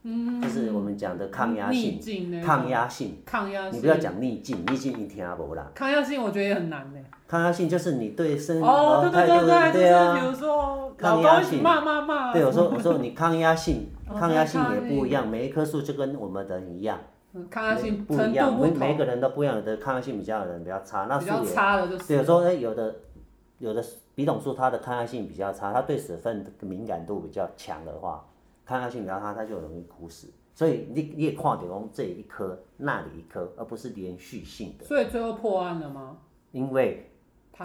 C: 嗯，就是我们讲的抗压
A: 逆
C: 性，
A: 境呢，
C: 抗压性。
A: 抗压性，
C: 你不要讲逆境，逆境你听不啦。
A: 抗压性，我觉得也很难呢。
C: 抗压性就是你对生
A: 哦，对
C: 态
A: 对
C: 度
A: 对
C: 的
A: 对，
C: 对啊，
A: 就是比如说老
C: 抗压
A: 高一
C: 性
A: 起骂骂骂，，
C: 对，我说我说你抗压性
A: 哦
C: 抗压性
A: 抗压
C: 也
A: 力
C: 不一样，每一棵树就跟我们人一样，
A: 嗯抗压性
C: 不
A: 程
C: 一
A: 度
C: 样，每
A: 不
C: 每一
A: 同，
C: 个人都不一样，有的抗压性比较有人比较差，那
A: 比
C: 树
A: 较
C: 也，
A: 差的就是
C: 对，我说哎有的有的笔筒树它的抗压性比较差，它对水分的敏感度比较强的话，抗压性比较差，它就容易枯死。所以你你也看到讲这一颗那里一颗，而不是连续性的，
A: 所以最后破案了吗？
C: 因为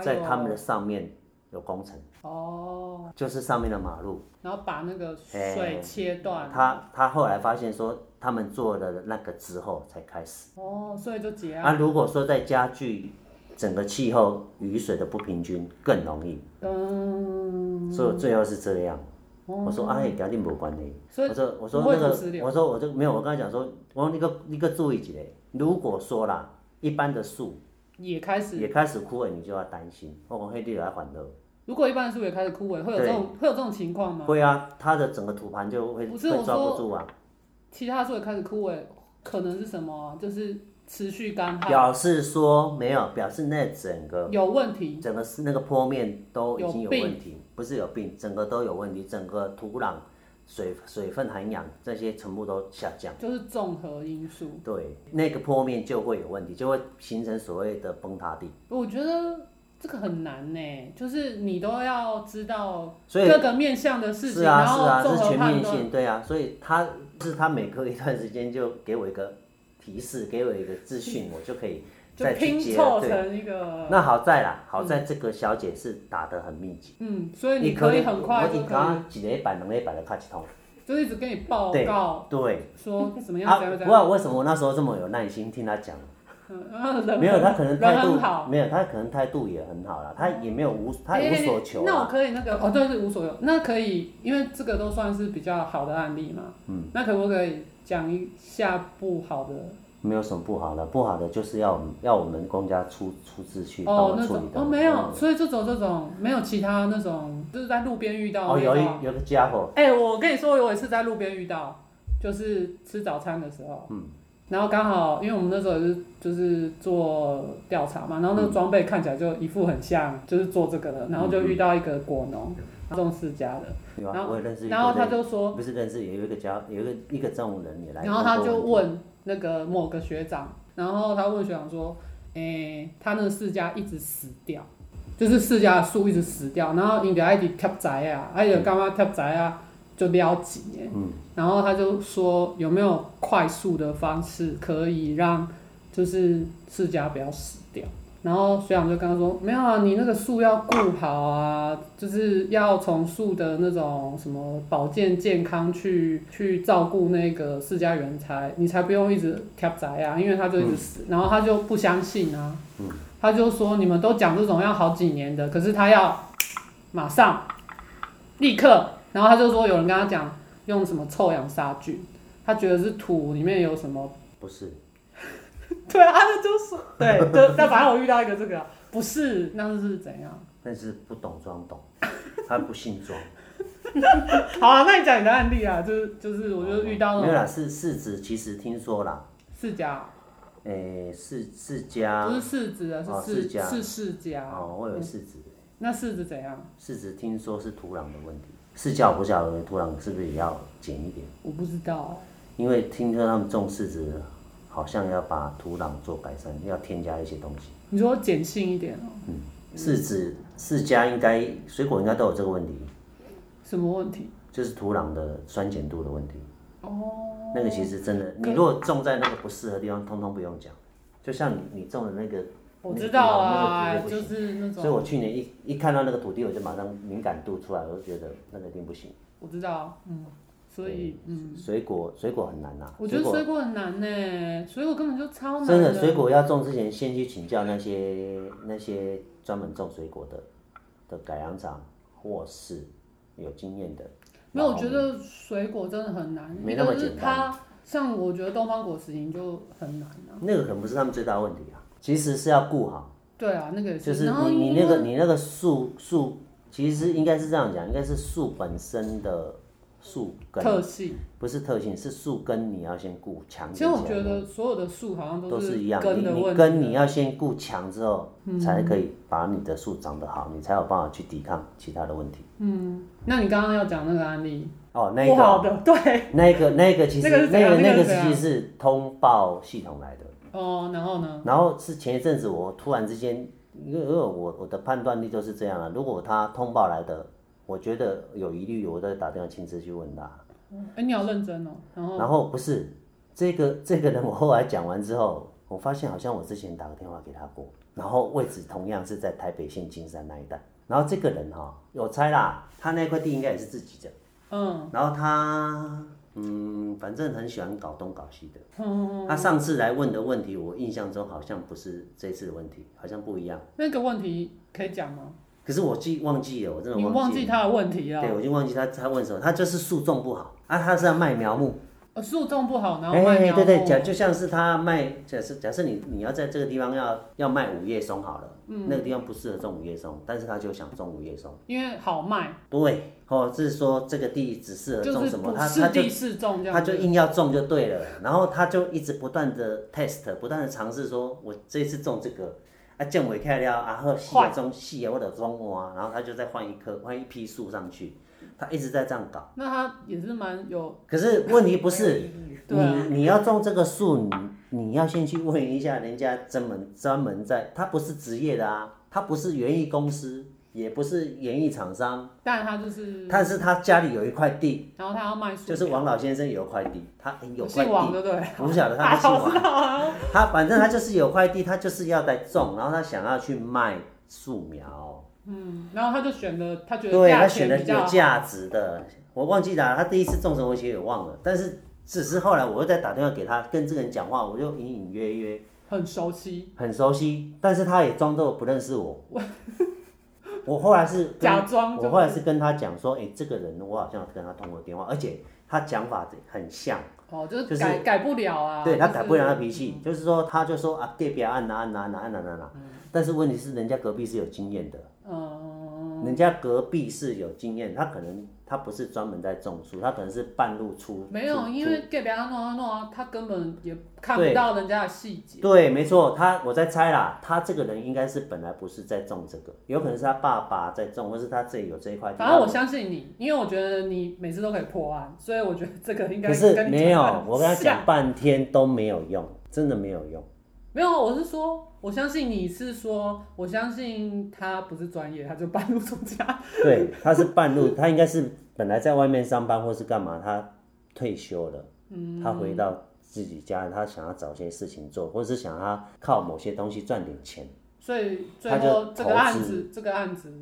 C: 在
A: 有
C: 他们的上面有工程，
A: 哦，
C: 就是上面的马路。
A: 然后把那个水
C: 哎
A: 切断，
C: 他他后来发现说，他们做了那个之后才开始。
A: 哦，所以就结
C: 啊，
A: 案，
C: 如果说再加剧整个气候雨水的不平均，更容易。
A: 嗯，哦
C: 所以最后是这样。我说啊，跟你无关系。
A: 所以
C: 我说我说
A: 不会
C: 那
A: 土石
C: 个
A: 流
C: 我说我就没有，我跟他讲说，我说你个你个注意一下，如果说啦，一般的树
A: 也开
C: 也
A: 始，
C: 开始枯萎，你就要担心。哦我讲迄你来烦恼。
A: 如果一般的树也开始枯萎，会有这种会有这种情况吗？
C: 会啊，它的整个土盘就会
A: 不
C: 会
A: 是我
C: 抓
A: 说
C: 不住啊，
A: 其他的树也开始枯萎，可能是什么啊？就是持续干旱，
C: 表示说没有，表示那整个
A: 有问题，
C: 整个是那个坡面都已经
A: 有
C: 有
A: 病
C: 问题，不是有病，整个都有问题，整个土壤、水水分含氧这些全部都下降。
A: 就是综合因素。
C: 对，那个坡面就会有问题，就会形成所谓的崩塌地。
A: 我觉得这个很难呢、就是你都要知道
C: 所以
A: 各个面向的事情，
C: 是啊
A: 然
C: 是啊，
A: 后
C: 这
A: 综
C: 是
A: 合
C: 全面
A: 判断。
C: 性，对啊，所以他是他每隔一段时间就给我一个提示，给我一个 资讯，我就可以
A: 就
C: 再去
A: 拼
C: 接
A: 凑
C: 了。对，
A: 成一个，
C: 那好在啦，好在这个小姐是打得很密集，
A: 嗯，所以你
C: 可
A: 可以很快
C: 我
A: 就
C: 一
A: 可以，哦
C: 刚几礼拜、两礼拜就卡一通，
A: 就一直跟你报
C: 对
A: 告
C: 对。
A: 说怎么样
C: 啊，
A: 怎么样
C: 不
A: 怎
C: 知
A: 么样
C: 道为什么我那时候这么有耐心听他讲，
A: 嗯，然后人
C: 没有他可能态
A: 人
C: 度
A: 很好，
C: 没有他可能态度也很好啦，他也没有无他也无所求啊
A: 哎那我
C: 啦，
A: 可以那个哦，对，是无所有。那可以，因为这个都算是比较好的案例嘛。嗯。那可不可以讲一下不好的？
C: 没有什么不好的，不好的就是要要我们公家出出资去帮
A: 哦
C: 我，
A: 那
C: 处
A: 种
C: 理的，
A: 哦没有，
C: 嗯
A: 所以就走这种，没有其他那种，就是在路边遇到
C: 哦，
A: 的那
C: 有
A: 种。
C: 一有个家伙，
A: 哎、我跟你说，我有一次在路边遇到，就是吃早餐的时候，嗯，然后刚好因为我们那时候就是就是做调查嘛，然后那个装备看起来就一副很像就是做这个的，然后就遇到一个果农，种世家的，
C: 有
A: 然
C: 啊，
A: 后
C: 我也认识一个
A: 然后他
C: 人，
A: 就说，
C: 不是认识，有一个家，有一个一个这种人也来，
A: 然后他就，问那个某个学长，然后他问学长说，诶、他那个世家一直死掉，就是世家的树一直死掉，然后因着爱直贴宅啊，啊就干嘛贴宅啊，就撩紧诶。然后他就说有没有快速的方式可以让就是世家不要死掉？然后学长就跟他说没有啊，你那个树要顾好啊，就是要从树的那种什么保健健康去去照顾那个世家园才，你才不用一直挑宅啊，因为他就一直死。然后他就不相信啊，他就说你们都讲这种要好几年的，可是他要马上立刻，然后他就说有人跟他讲用什么臭氧杀菌，他觉得是土里面有什么，
C: 不是，
A: 对啊，他就说对，就但反正我遇到一个这个啊不是，那是怎样？
C: 但是不懂装懂，他不姓装，
A: 好啊，那你讲你的案例啊，就是就是 我就遇到
C: 没有
A: 了
C: 啦，是市值，其实听说啦，
A: 世家，啊
C: 诶，世世家
A: 不，是世子啊，
C: 哦
A: 是
C: 世
A: 世
C: 家
A: 是世家。啊
C: 哦，我有市值，
A: 那世子怎样？
C: 市值听说是土壤的问题，市郊我不晓得土壤是不是也要减一点，
A: 我不知道，啊
C: 因为听说他们种市值好像要把土壤做改善，要添加一些东西。
A: 你说碱性一点哦、
C: 市值世家应该水果应该都有这个问题，
A: 什么问题？
C: 就是土壤的酸碱度的问题。
A: 哦，
C: 那个其实真的，你如果种在那个不适合的地方，通通不用讲。就像你你种的那个，
A: 我知道啊
C: 那，个地方那个地
A: 就
C: 不行
A: 是那
C: 所以
A: 种，
C: 我去年一一看到那个土地，我就马上敏感度出来，我就觉得那个一定不行。
A: 我知道，嗯，所以嗯。
C: 水果水果很难呐、
A: 我觉得
C: 水
A: 水果很难呢、水果根本就超
C: 果
A: 难
C: 真的水果要种之前，先去请教那些那些专门种水果的的改良厂或是有经验的。
A: 没有，我
C: 然后
A: 觉得水果真的很难，
C: 没那么
A: 一个是
C: 简单
A: 它像我觉得东方果实蝇就很难啊。
C: 那个可能不是他们最大的问题啊，其实是要顾好。
A: 对啊，那个也
C: 就是
A: 然后
C: 你你
A: 因
C: 那个
A: 为
C: 你那个树树，其实应该是这样讲，应该是树本身的树根，
A: 特性，
C: 不是特性，是树根你要先顾强。
A: 其实我觉得所有的树好像
C: 都
A: 是
C: 是一样，
A: 根
C: 你
A: 的
C: 你
A: 问
C: 根
A: 题。啊嗯
C: 你要啊先顾强之后，才可以把你的树长得好，你才有办法去抵抗其他的问题。
A: 那你刚刚要讲那个案例，
C: 哦，那
A: 不好
C: 个
A: 的，对，
C: 那个那个其实
A: 那个是怎
C: 那
A: 样
C: 个那
A: 那个
C: 个
A: 是怎样
C: 其实是通报系统来的。
A: 哦，然后呢？
C: 然后是前一阵子我突然之间，因为因为我我的判断力就是这样了、如果他通报来的，我觉得有疑虑，我再打电话亲自去问他。
A: 哎，你要认真哦。然后
C: 然后不是这个这个人，我后来讲完之后，我发现好像我之前打个电话给他过，然后位置同样是在台北县金山那一带。然后这个人哈、我猜啦，他那块地应该也是自己的。
A: 嗯，
C: 然后他嗯，反正很喜欢搞东搞西的。
A: 嗯
C: 他上次来问的问题，我印象中好像不是这次的问题，好像不一样。
A: 那个问题可以讲吗？
C: 可是我记忘记了，我真的
A: 你
C: 忘
A: 忘记
C: 了。
A: 他的问题了
C: 对，。我已经忘记他他问什么，他就是树种不好啊，他是要卖苗木，
A: 呃树种不好，然后
C: 哎、
A: 卖苗
C: 对对，
A: 木
C: 假就像是他卖，假设假设你你要在这个地方要要卖午夜松好了，
A: 嗯
C: 那个地方不适合种午夜松，但是他就想种午夜松，
A: 因为好卖，
C: 对，或者是说这个地只适合
A: 就
C: 种
A: 是
C: 什么，
A: 不
C: 他
A: 是
C: 他就
A: 地是种这样
C: 他
A: 子。
C: 就硬要种就对了，然后他就一直不断的 test，不断的尝试说，我这次种这个，啊，降尾开了，啊，后细啊中细啊，或者中啊，然后他就再换一棵，换一批树上去，他一直在这样搞。
A: 那他也是蛮有
C: 可是问题不是，
A: 对啊
C: 你你要种这个树，你你要先去问一下人家专门专门在，他不是职业的啊，他不是园艺公司，也不是园艺厂商，
A: 但他就是，
C: 但是他家里有一块地，
A: 然后他要卖树苗，
C: 就是王老先生有一块地，他哎有块
A: 姓王对
C: 地，
A: 嗯不对？
C: 我不晓得他
A: 啊，
C: 姓
A: 我知
C: 王，
A: 道啊，
C: 他反正他就是有块地，他就是要在种，然后他想要去卖树苗，
A: 嗯，然后他就选了，他觉得
C: 对
A: 价
C: 他选
A: 钱
C: 的
A: 比较
C: 有
A: 好，
C: 价值的，我忘记了，他第一次种什么东西也忘了，但是只是后来我又在打电话给他，跟这个人讲话，我就隐隐约约
A: 很熟悉，
C: 很熟悉，但是他也装作不认识 我。我后来是跟
A: 假装就
C: 我后来是跟他讲说，哎、这个人我好像跟他通过电话，而且他讲法很像，
A: 哦，就是
C: 就是
A: 改改不了啊，
C: 对他改不了他
A: 就是嗯
C: 脾气，就是说他就说啊，隔壁按哪按哪按哪按哪按哪，但是问题是人家隔壁是有经验的，
A: 嗯，
C: 人家隔壁是有经验，他可能他不是专门在种树，他可能是半路出，
A: 没有，
C: 出
A: 因为 gay 别他弄啊弄啊，他根本也看不
C: 对
A: 到人家的细节。
C: 对，没错，他我在猜啦，他这个人应该是本来不是在种这个，有可能是他爸爸在种，或是他自己有这一块地。
A: 反正我相信你，因为我觉得你每次都可以破案，所以我觉得这个应该
C: 可是
A: 跟你
C: 没有
A: 讲得很，
C: 我跟他
A: 像
C: 讲半天都没有用，真的没有用。
A: 没有，我是说，我相信你是说，我相信他不是专业，他就半路出家。
C: 对，他是半路，他应该是本来在外面上班或是干嘛，他退休了，他回到自己家，他想要找些事情做，或是想要靠某些东西赚点钱。
A: 所以最
C: 他就
A: 后这个案
C: 投
A: 子，这个案子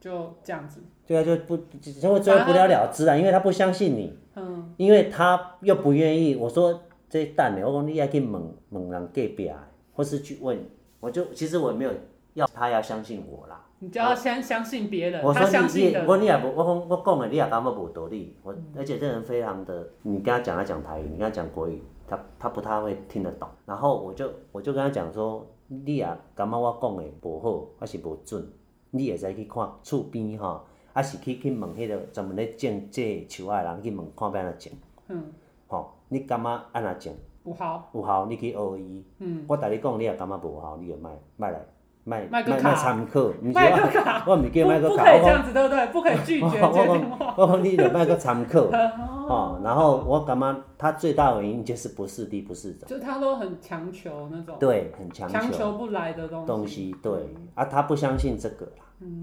A: 就这样子。
C: 对啊，就不就会最后不了了之啊，因为他不相信你，
A: 嗯，
C: 因为他又不愿意。我说这蛋呢，我讲你要去问问人隔壁的，或是去问，我就其实我也没有要他要相信我啦。
A: 你就要先相信别人，
C: 我
A: 他
C: 说
A: 相
C: 你
A: 信
C: 你，
A: 的。嗯
C: 我你也不，我讲我讲的你也感觉无道理。我而且这人非常的，你跟他讲他讲台语，你跟他讲国语，他他不太会听得懂。然后我就我就跟他讲说，你也感觉我讲的无好，还是无准，你会使去看厝边吼，还是去去问迄、个专门咧种这树仔的人去问看要安怎种，
A: 嗯，
C: 吼、你感觉安怎种
A: 不好，啊
C: 有效，你去学伊。
A: 嗯，
C: 我甲你讲，你也感觉无效，你就莫莫来莫
A: 莫去
C: 莫
A: 卡
C: 莫参考，毋是
A: 麦克
C: 我
A: 卡，
C: 我毋叫莫
A: 不
C: 去
A: 不
C: 卡，
A: 可以
C: 我
A: 这
C: 讲。
A: 样子，对不对？不可以拒绝哦
C: 我
A: 接
C: 我
A: 电话。
C: 我讲哦你就卖个参考
A: 哦
C: 哦，然后我感觉他最大的原因就是不是地不是种，
A: 就他都很强求那种，
C: 对，很强
A: 强
C: 求
A: 求不来的东西。
C: 东西，对啊，他不相信这个啦，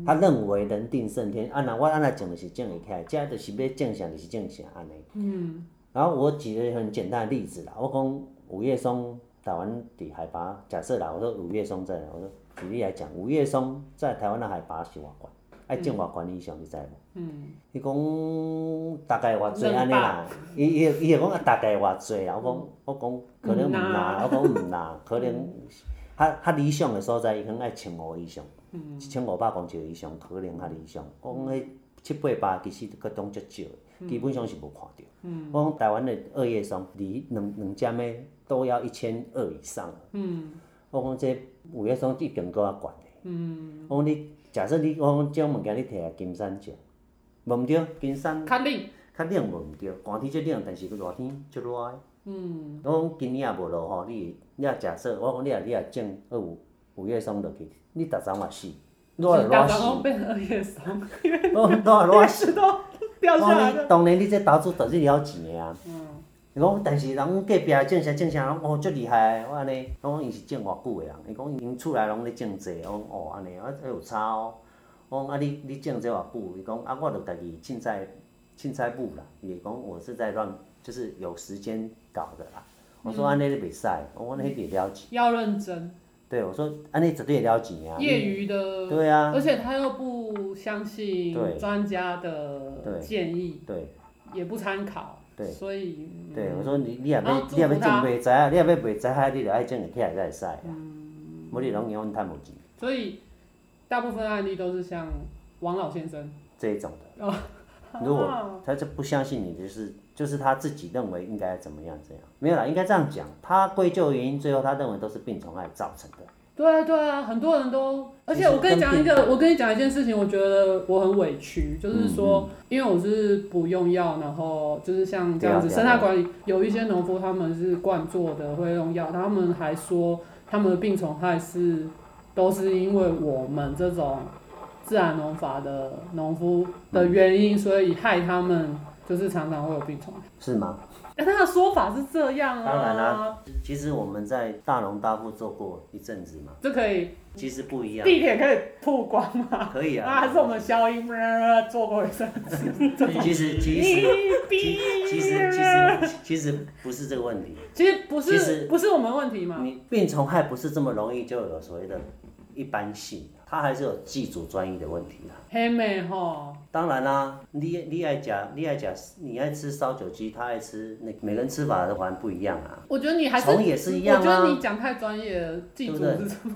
C: 他认为人定胜天，啊那我安那种就是种会起来，这就是要种啥就是种啥安尼。
A: 嗯，
C: 然后我举了一个很简单的例子啦，我讲五叶松台湾的海拔，假设啦，我说五叶松在哪，我说举例来讲，五叶松在台湾的海拔是偌高，爱啊种偌高以上，你知无？
A: 嗯
C: 伊讲大概偌济安尼啦，伊伊伊会讲啊大概偌济啦，我讲我讲可能毋啦，我讲毋啦，可
A: 嗯
C: 能较较理想的所在，伊可能爱千五以上，
A: 嗯
C: 一千五百公尺以上可能较理想。我讲迄七八百其实佫当足少
A: 嗯
C: 的，基本上是无看着。我讲台湾的二叶松离两两针的都要一千二以上了。
A: 嗯
C: 我讲这五叶松一定搁较悬。
A: 嗯，
C: 我讲你假设你我讲这种物件你摕来金山种，无毋对，金山
A: 肯定，
C: 较冷无毋对，寒天足冷，但是热天足热的。
A: 嗯，
C: 我讲今年也无落雨，你你若假设，我讲你若你哦若种二五五月松落去，你逐丛嘛死，热就
A: 打
C: 热
A: 长
C: 死，
A: 工变成二叶松，因为
C: 我 讲热就热死。
A: 石头掉
C: 我
A: 下来
C: 讲
A: 的
C: 你。当然你这投资就是了钱的啊。
A: 嗯，
C: 伊讲，但是人隔壁种啥种啥，人哦足厉害的，我安尼，我讲伊是种偌久的人，伊讲因厝内拢咧种济，我讲哦安尼，我讲哎有差哦。我讲啊你你种这偌久，伊讲啊我著家己凊彩凊彩舞啦，伊讲我是在乱，就是有时间搞的啦。我说安尼你袂使，我讲迄个了钱，
A: 要认真，
C: 对我说安尼绝对了钱啊。
A: 业余的，
C: 对啊
A: 而，且他又不相信
C: 对
A: 专家的
C: 对
A: 建议，
C: 对
A: 也不参考，
C: 对
A: 所以嗯
C: 对，我说你你若
A: 然后
C: 要
A: 祝
C: 你若要
A: 福
C: 种
A: 他
C: 袂知啊，你若要袂知啊，你著爱种会起来才会使啊。
A: 嗯
C: 无你拢永远趁无钱，
A: 所以大部分案例都是像王老先生，
C: 这一种的。 如果
A: 哦啊
C: 他就不相信你，就是就是他自己认为应该怎么样怎样，没有啦，应该这样讲，他归咎原因，最后他认为都是病虫害造成的。
A: 对啊，对啊，很多人都，而且我跟你讲一
C: 其实
A: 个，
C: 跟
A: 我跟你讲一件事情，我觉得我很委屈，就是
C: 嗯
A: 说，因为我是不用药，然后就是像这样子，
C: 对啊
A: 生态管理有一些农夫他们是惯做的，会用药，他们还说他们的病虫害是都是因为我们这种自然农法的农夫的原因，所以害他们就是常常会有病虫害。
C: 是吗？
A: 哎他的说法是这样啊，
C: 当然啦、其实我们在大龙大富做过一阵子嘛，
A: 这可以
C: 其实不一样，
A: 地铁可以曝光吗？
C: 可以
A: 那
C: 啊。
A: 还是我们消音呃做过一阵子，
C: 其实其
A: 哔
C: 实
A: 哔
C: 其实其实其实不是这个问题，
A: 其实不
C: 其
A: 是
C: 实
A: 不是我们问题嘛，
C: 你病虫害不是这么容易就有所谓的一般性，它还是有技主专一的问题啦、
A: 黑妹吼，
C: 当然啦、你你爱讲你爱讲，你爱吃烧酒鸡，他爱吃那每个人吃法的环不一样啊。
A: 我觉得你还是
C: 虫也是一样啊
A: 我觉得你讲太专业了，记住
C: 对
A: 是什么？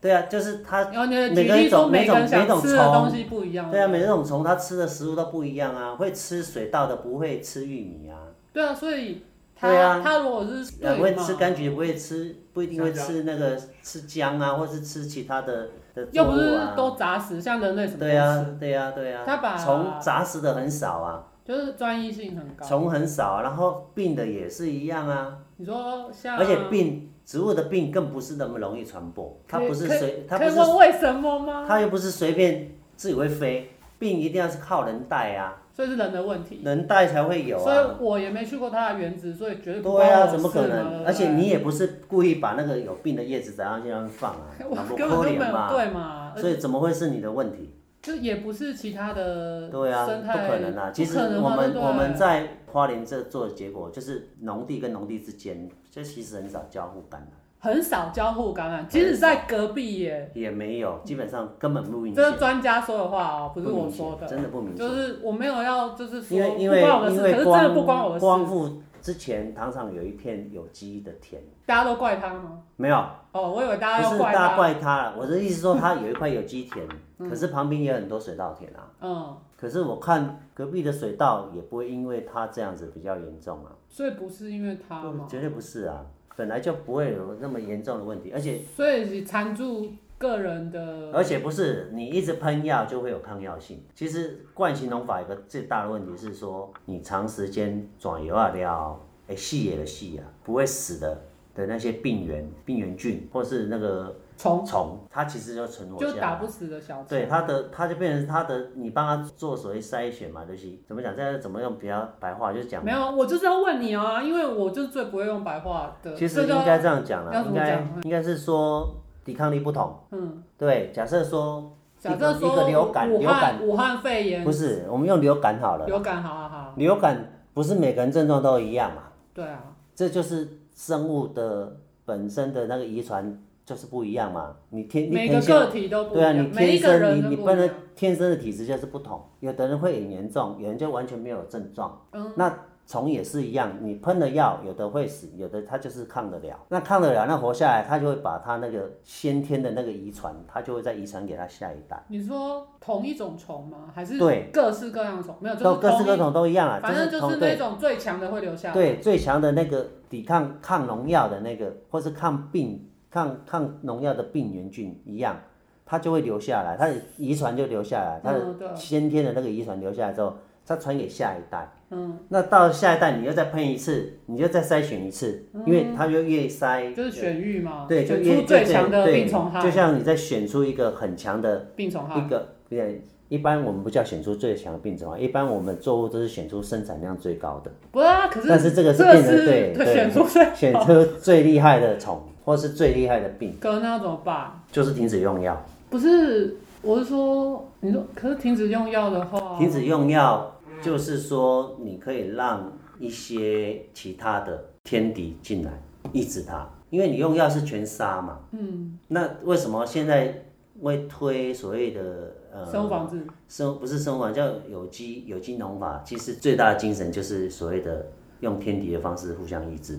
C: 对啊，就是他，
A: 然后你的举
C: 每个人
A: 例说
C: 种
A: 每个人
C: 每种
A: 想
C: 每种
A: 吃的
C: 虫
A: 东西不一样，
C: 对啊，每种虫它吃的食物都不一样啊，会吃水稻的不会吃玉米啊，
A: 对啊，所以他、
C: 对啊
A: 他如果是对
C: 呃，不会
A: 嘛
C: 吃柑橘，不会吃，不一定会吃那个吃姜啊，或是吃其他的的
A: 又
C: 作
A: 不
C: 物
A: 是
C: 啊。
A: 都砸死，像人类什么都
C: 对
A: 吃，
C: 啊，对啊，对啊。
A: 他把
C: 虫砸死的很少啊，
A: 就是专一性很高。
C: 虫很少啊，然后病的也是一样啊，
A: 你说像，
C: 而且病植物的病更不是那么容易传播，它不是
A: 可以
C: 随它
A: 可
C: 不
A: 以
C: 是
A: 问为什么吗？
C: 它又不是随便自己会飞，病一定要是靠人带啊，
A: 所以是人的问题。
C: 人带才会有
A: 所
C: 啊。
A: 以我也没去过它的原址，所以绝对不
C: 对
A: 关我
C: 啊，
A: 的
C: 怎么可
A: 事嘛对不
C: 能？
A: 对
C: 而且你也不是故意把那个有病的叶子在那地方放啊，
A: 我
C: 那不
A: 根本就
C: 可
A: 没有
C: 怜嘛。
A: 对啊嘛，而
C: 所以怎么会是你的问题？
A: 就也不是其他的
C: 对啊，
A: 生
C: 不
A: 态
C: 可能啊！其实
A: 不可能
C: 我
A: 嘛
C: 们
A: 呃对不对
C: 我们在花莲这做的结果，就是农地跟农地之间，这其实很少交互感染，
A: 很少交互感染，即使在隔壁耶，
C: 也没有，基本上根本不明
A: 这
C: 显
A: 是，专家说嗯的话哦，不
C: 不
A: 是我
C: 明
A: 说
C: 显，真的不明
A: 就
C: 显。
A: 是我没有要，就是说
C: 因为因
A: 不
C: 为
A: 关我的事，
C: 因
A: 可
C: 为
A: 是真的不关我
C: 光
A: 的
C: 光
A: 事，
C: 复之前，糖厂有一片有机的田，
A: 大家都怪他吗？
C: 没有，
A: 哦，我以为大家
C: 不
A: 要
C: 是
A: 怪
C: 大家
A: 他，
C: 怪他了，我的意思说他有一块有机田，可是旁边也有很多水稻田啊。
A: 嗯，
C: 可是我看隔壁的水稻也不会因为它这样子比较严重啊，
A: 所以不是因为他嘛，
C: 绝对不是啊，本来就不会有那么严重的问题，而且
A: 所以是缠住个人的，
C: 而且不是你一直喷药就会有抗药性。其实惯性农法有个最大的问题是说，你长时间转油啊料，哎细也的细啊，不会死的的那些病原病原菌或是那个
A: 虫
C: 虫，它其实就存活下
A: 就
C: 来。
A: 打不死的小虫，
C: 对它的，它就变成它的，你帮它做所谓筛选嘛，就是怎么讲，这样怎么用比较白话，就是讲
A: 没有，我就是要问你啊，因为我就是最不会用白话的，
C: 其实
A: 这
C: 应
A: 叫
C: 该这样讲
A: 要
C: 啦，
A: 怎
C: 应
A: 么
C: 该
A: 讲
C: 应该是说抵抗力不同。
A: 嗯，
C: 对，假设说一
A: 假
C: 个
A: 设
C: 一个
A: 说
C: 流感，
A: 武
C: 流感
A: 汉武汉肺炎
C: 不是，我们用流感好了。
A: 流感，好好好，
C: 流感不是每个人症状都一样嘛，
A: 对啊，
C: 这就是生物的本身的那个遗传就是不一样嘛。你天你
A: 每个
C: 天生
A: 个体都不一
C: 对啊，
A: 样
C: 你，
A: 每
C: 天
A: 一个
C: 生
A: 人
C: 你
A: 都
C: 你
A: 不
C: 不
A: 一
C: 能
A: 样，
C: 天生的体质就是不同，有的人会很严重，有人就完全没有症状。
A: 嗯
C: 那虫也是一样，你喷了药，有的会死，有的它就是抗得了。那抗得了，那活下来，它就会把它那个先天的那个遗传，它就会再遗传给它下一代。
A: 你说同一种虫吗？还是
C: 对
A: 各式各样的虫？没有，就
C: 都
A: 是
C: 各式
A: 同
C: 各
A: 一，
C: 种都一样啊，
A: 反正
C: 是
A: 就
C: 同
A: 是那种最强的会留下来。
C: 对最强的那个抵抗抗农药的那个，或是抗病抗抗农药的病原菌一样，它就会留下来，它的遗传就留下来，它
A: 嗯对
C: 的先天的那个遗传留下来之后，它传给下一代。嗯，那到下一代你又再喷一次，你就再筛选一次，因为它就越筛
A: 就是选育嘛，
C: 对，就
A: 嗯哦选
C: 越
A: 出
C: 就
A: 最
C: 对
A: 强的
C: 对
A: 病虫害，
C: 就像你在选出一个很强的
A: 病虫害
C: 一个对，一般我们不叫选出最强的病虫害，一般我们作物都是选出生产量最高的，
A: 不是啊，可是
C: 但是这个是
A: 这
C: 变成对
A: 是
C: 对
A: 选出最
C: 选出最厉害的虫或是最厉害的病，
A: 哥那要怎么办？
C: 就是停止用药。
A: 不是，我是说，你说可是停止用药的话，
C: 停止用药就是说你可以让一些其他的天敌进来抑制它，因为你用药是全杀嘛。嗯，那为什么现在会推所谓的呃
A: 生物防治，
C: 生不是生活叫有机有机农法，其实最大的精神就是所谓的用天敌的方式互相抑制。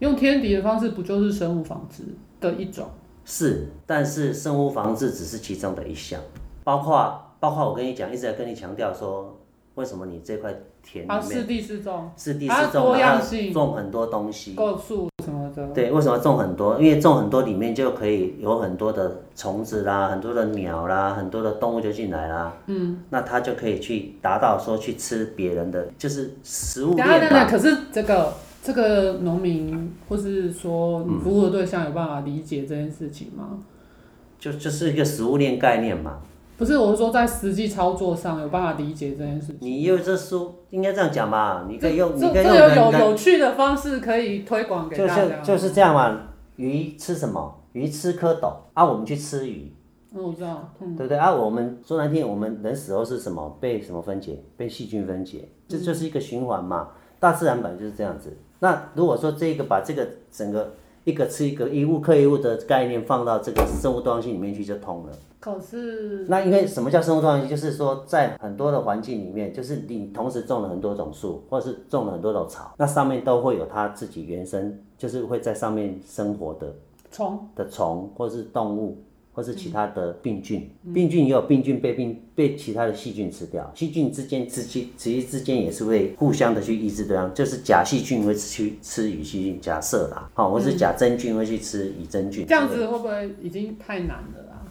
A: 用天敌的方式不就是生物防治的一种？
C: 是，但是生物防治只是其中的一项，包括包括我跟你讲，一直在跟你强调说，为什么你这块田
A: 它
C: 里面
A: 是地四种，
C: 是第
A: 它
C: 四种，
A: 多样
C: 然后
A: 性
C: 种很多东西。
A: 构树什么的，
C: 对，为什么种很多？因为种很多里面就可以有很多的虫子啦，很多的鸟啦，很多的动物就进来啦。嗯，那它就可以去达到说去吃别人的，就是食物
A: 等一下
C: 链
A: 等一
C: 嘛
A: 下，。可是这个这个农民或是说你服务的对象有办法理解这件事情吗？
C: 就就是一个食物链概念嘛。
A: 不是，我是说在实际操作上有办法理解这件事情。
C: 你用这书应该这样讲吧？你可以用，
A: 这
C: 你
A: 这
C: 可以用
A: 有有
C: 人
A: 有趣的方式可以推广给
C: 就
A: 大
C: 是
A: 家。
C: 就是这样嘛。鱼吃什么？鱼吃蝌蚪啊，我们去吃鱼，
A: 嗯，我知道，
C: 对不对啊？我们说难听，我们人死后是什么？被什么分解？被细菌分解，
A: 嗯
C: 这就是一个循环嘛。大自然本来就是这样子。那如果说这个把这个整个一个吃一个一物克一物的概念放到这个生物多样性里面去，就通了。
A: 可是
C: 那因为什么叫生物多样性？就是说，在很多的环境里面，就是你同时种了很多种树，或者是种了很多种草，那上面都会有它自己原生，就是会在上面生活的
A: 虫
C: 的虫，或是动物，或是其他的病菌。
A: 嗯
C: 病菌也有病菌被病被其他的细菌吃掉，细菌之间之间其实之间也是会互相的去抑制对方，就是假细菌会去吃乙细菌，假设啦，好、或是假真菌会去吃乙真菌。
A: 嗯这样子会不会已经太难了啦？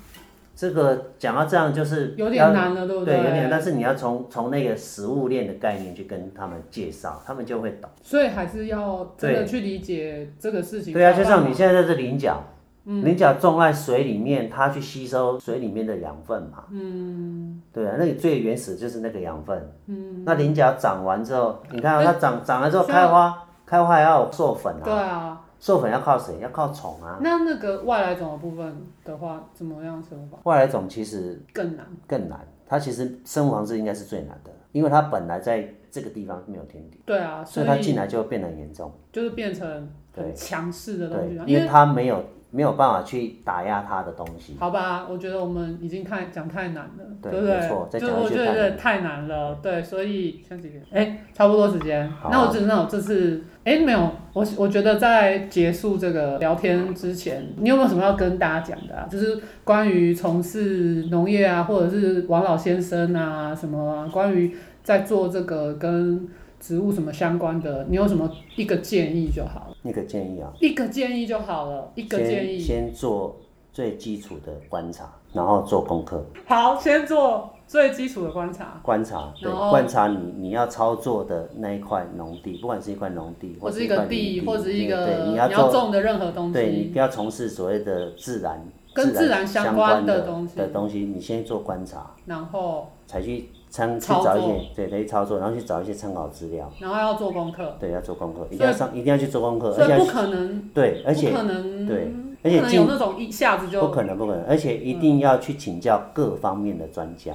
C: 这个讲到这样就是
A: 有
C: 要
A: 点难了，对不
C: 对，有点，但是你要从从那个食物链的概念去跟他们介绍，他们就会懂。
A: 所以还是要真的
C: 对
A: 去理解这个事情。
C: 对啊，就像
A: 你
C: 你现在在这菱角，菱角种在水里面，它去吸收水里面的养分嘛。嗯，对啊，那个最原始就是那个养分。嗯，那菱角长完之后，你看、啊、它长长了之后
A: 像
C: 开花，开花还要授粉
A: 对
C: 啊，
A: 啊，
C: 授粉要靠谁？要靠虫啊。
A: 那那个外来种的部分的话，怎么样生法
C: 外来种其实
A: 更难？
C: 更难，它其实生物防治应该是最难的，因为它本来在这个地方没有天敌，
A: 对啊，所
C: 所以它
A: 以
C: 进来就变得很严重。
A: 就是变成很强势的东
C: 对
A: 西啊，，
C: 因
A: 因
C: 为
A: 为。
C: 他没有没有办法去打压他的东西。
A: 好吧，我觉得我们已经太讲太难了，
C: 对
A: 不
C: 没错
A: 对？
C: 再
A: 就
C: 讲
A: 是
C: 下去
A: 我觉
C: 就太难
A: 得太难了，对，所以像几点？哎、差不多时间。
C: 好啊
A: 那我只能我这次，哎、没有，我我觉得在结束这个聊天之前，你有没有什么要跟大家讲的啊？就是关于从事农业啊，或者是王老先生啊，什么啊关于在做这个跟植物什么相关的，你有什么一个建议就好了，
C: 那个建议啊，
A: 一个建议就好了，一个建
C: 先
A: 议。
C: 先做最基础的观察，然后做功课，
A: 好，先做最基础的观察。
C: 观察
A: 啊
C: 对
A: 然后
C: 观察你你要操作的那一块农地，不管是一块农地，
A: 或
C: 或
A: 是一
C: 块
A: 个
C: 林地，
A: 地，或者一个
C: 对，
A: 你
C: 你
A: 要
C: 要做
A: 种的任何东
C: 对
A: 西，
C: 你不要从事所谓的自然
A: 跟自然
C: 然
A: 相
C: 相
A: 关的
C: 的
A: 东西
C: 的东西，你先做观察，
A: 然后
C: 才去参去
A: 操
C: 找一
A: 作
C: 些对，才去操作，然后去找一些参考资料，
A: 然后要做功课，
C: 对，要做功课，一定
A: 所以
C: 要上，一定要去做功课，而
A: 所以
C: 且要
A: 不
C: 去
A: 可能，
C: 对，而且
A: 不可能，
C: 对
A: 嗯不
C: 而且
A: 可能
C: 进
A: 有那种一下子就
C: 不，可能，不可能，而且一定要去请教各方面的专家，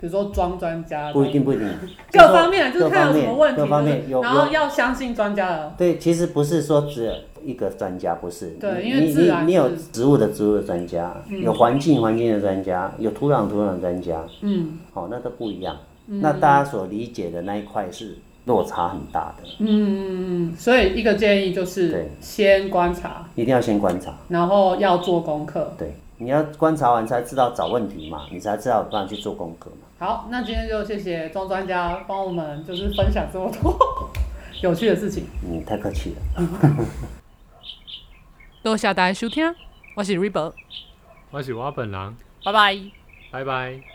A: 比如说装专家，
C: 不一定，不一定，
A: 嗯 各
C: 就是说
A: 方面就是
C: 各
A: 看
C: 方
A: 有什
C: 面
A: 么问题，
C: 各方面
A: 就是
C: 有
A: 然后
C: 有
A: 要相信专家了，
C: 对，其实不是说只有一个专家，不是，
A: 对
C: 你
A: 因为自然
C: 你你有
A: 是
C: 植物的植物的专家，有环境环境的专家，有土壤土壤的专家，
A: 嗯
C: 哦，那都不一样，那大家所理解的那一块是落差很大的，
A: 嗯，所以一个建议就是
C: 对
A: 先观察，
C: 一定要先观察，
A: 然后要做功课。
C: 对，你要观察完才知道找问题嘛，你才知道有办法去做功课嘛，
A: 好，那今天就谢谢庄专家帮我们就是分享这么多 有趣的事情。
C: 你太客气了。
A: 多谢大家收听，我是 Ribble，
B: 我是我本人，
A: 拜拜。
B: 拜拜。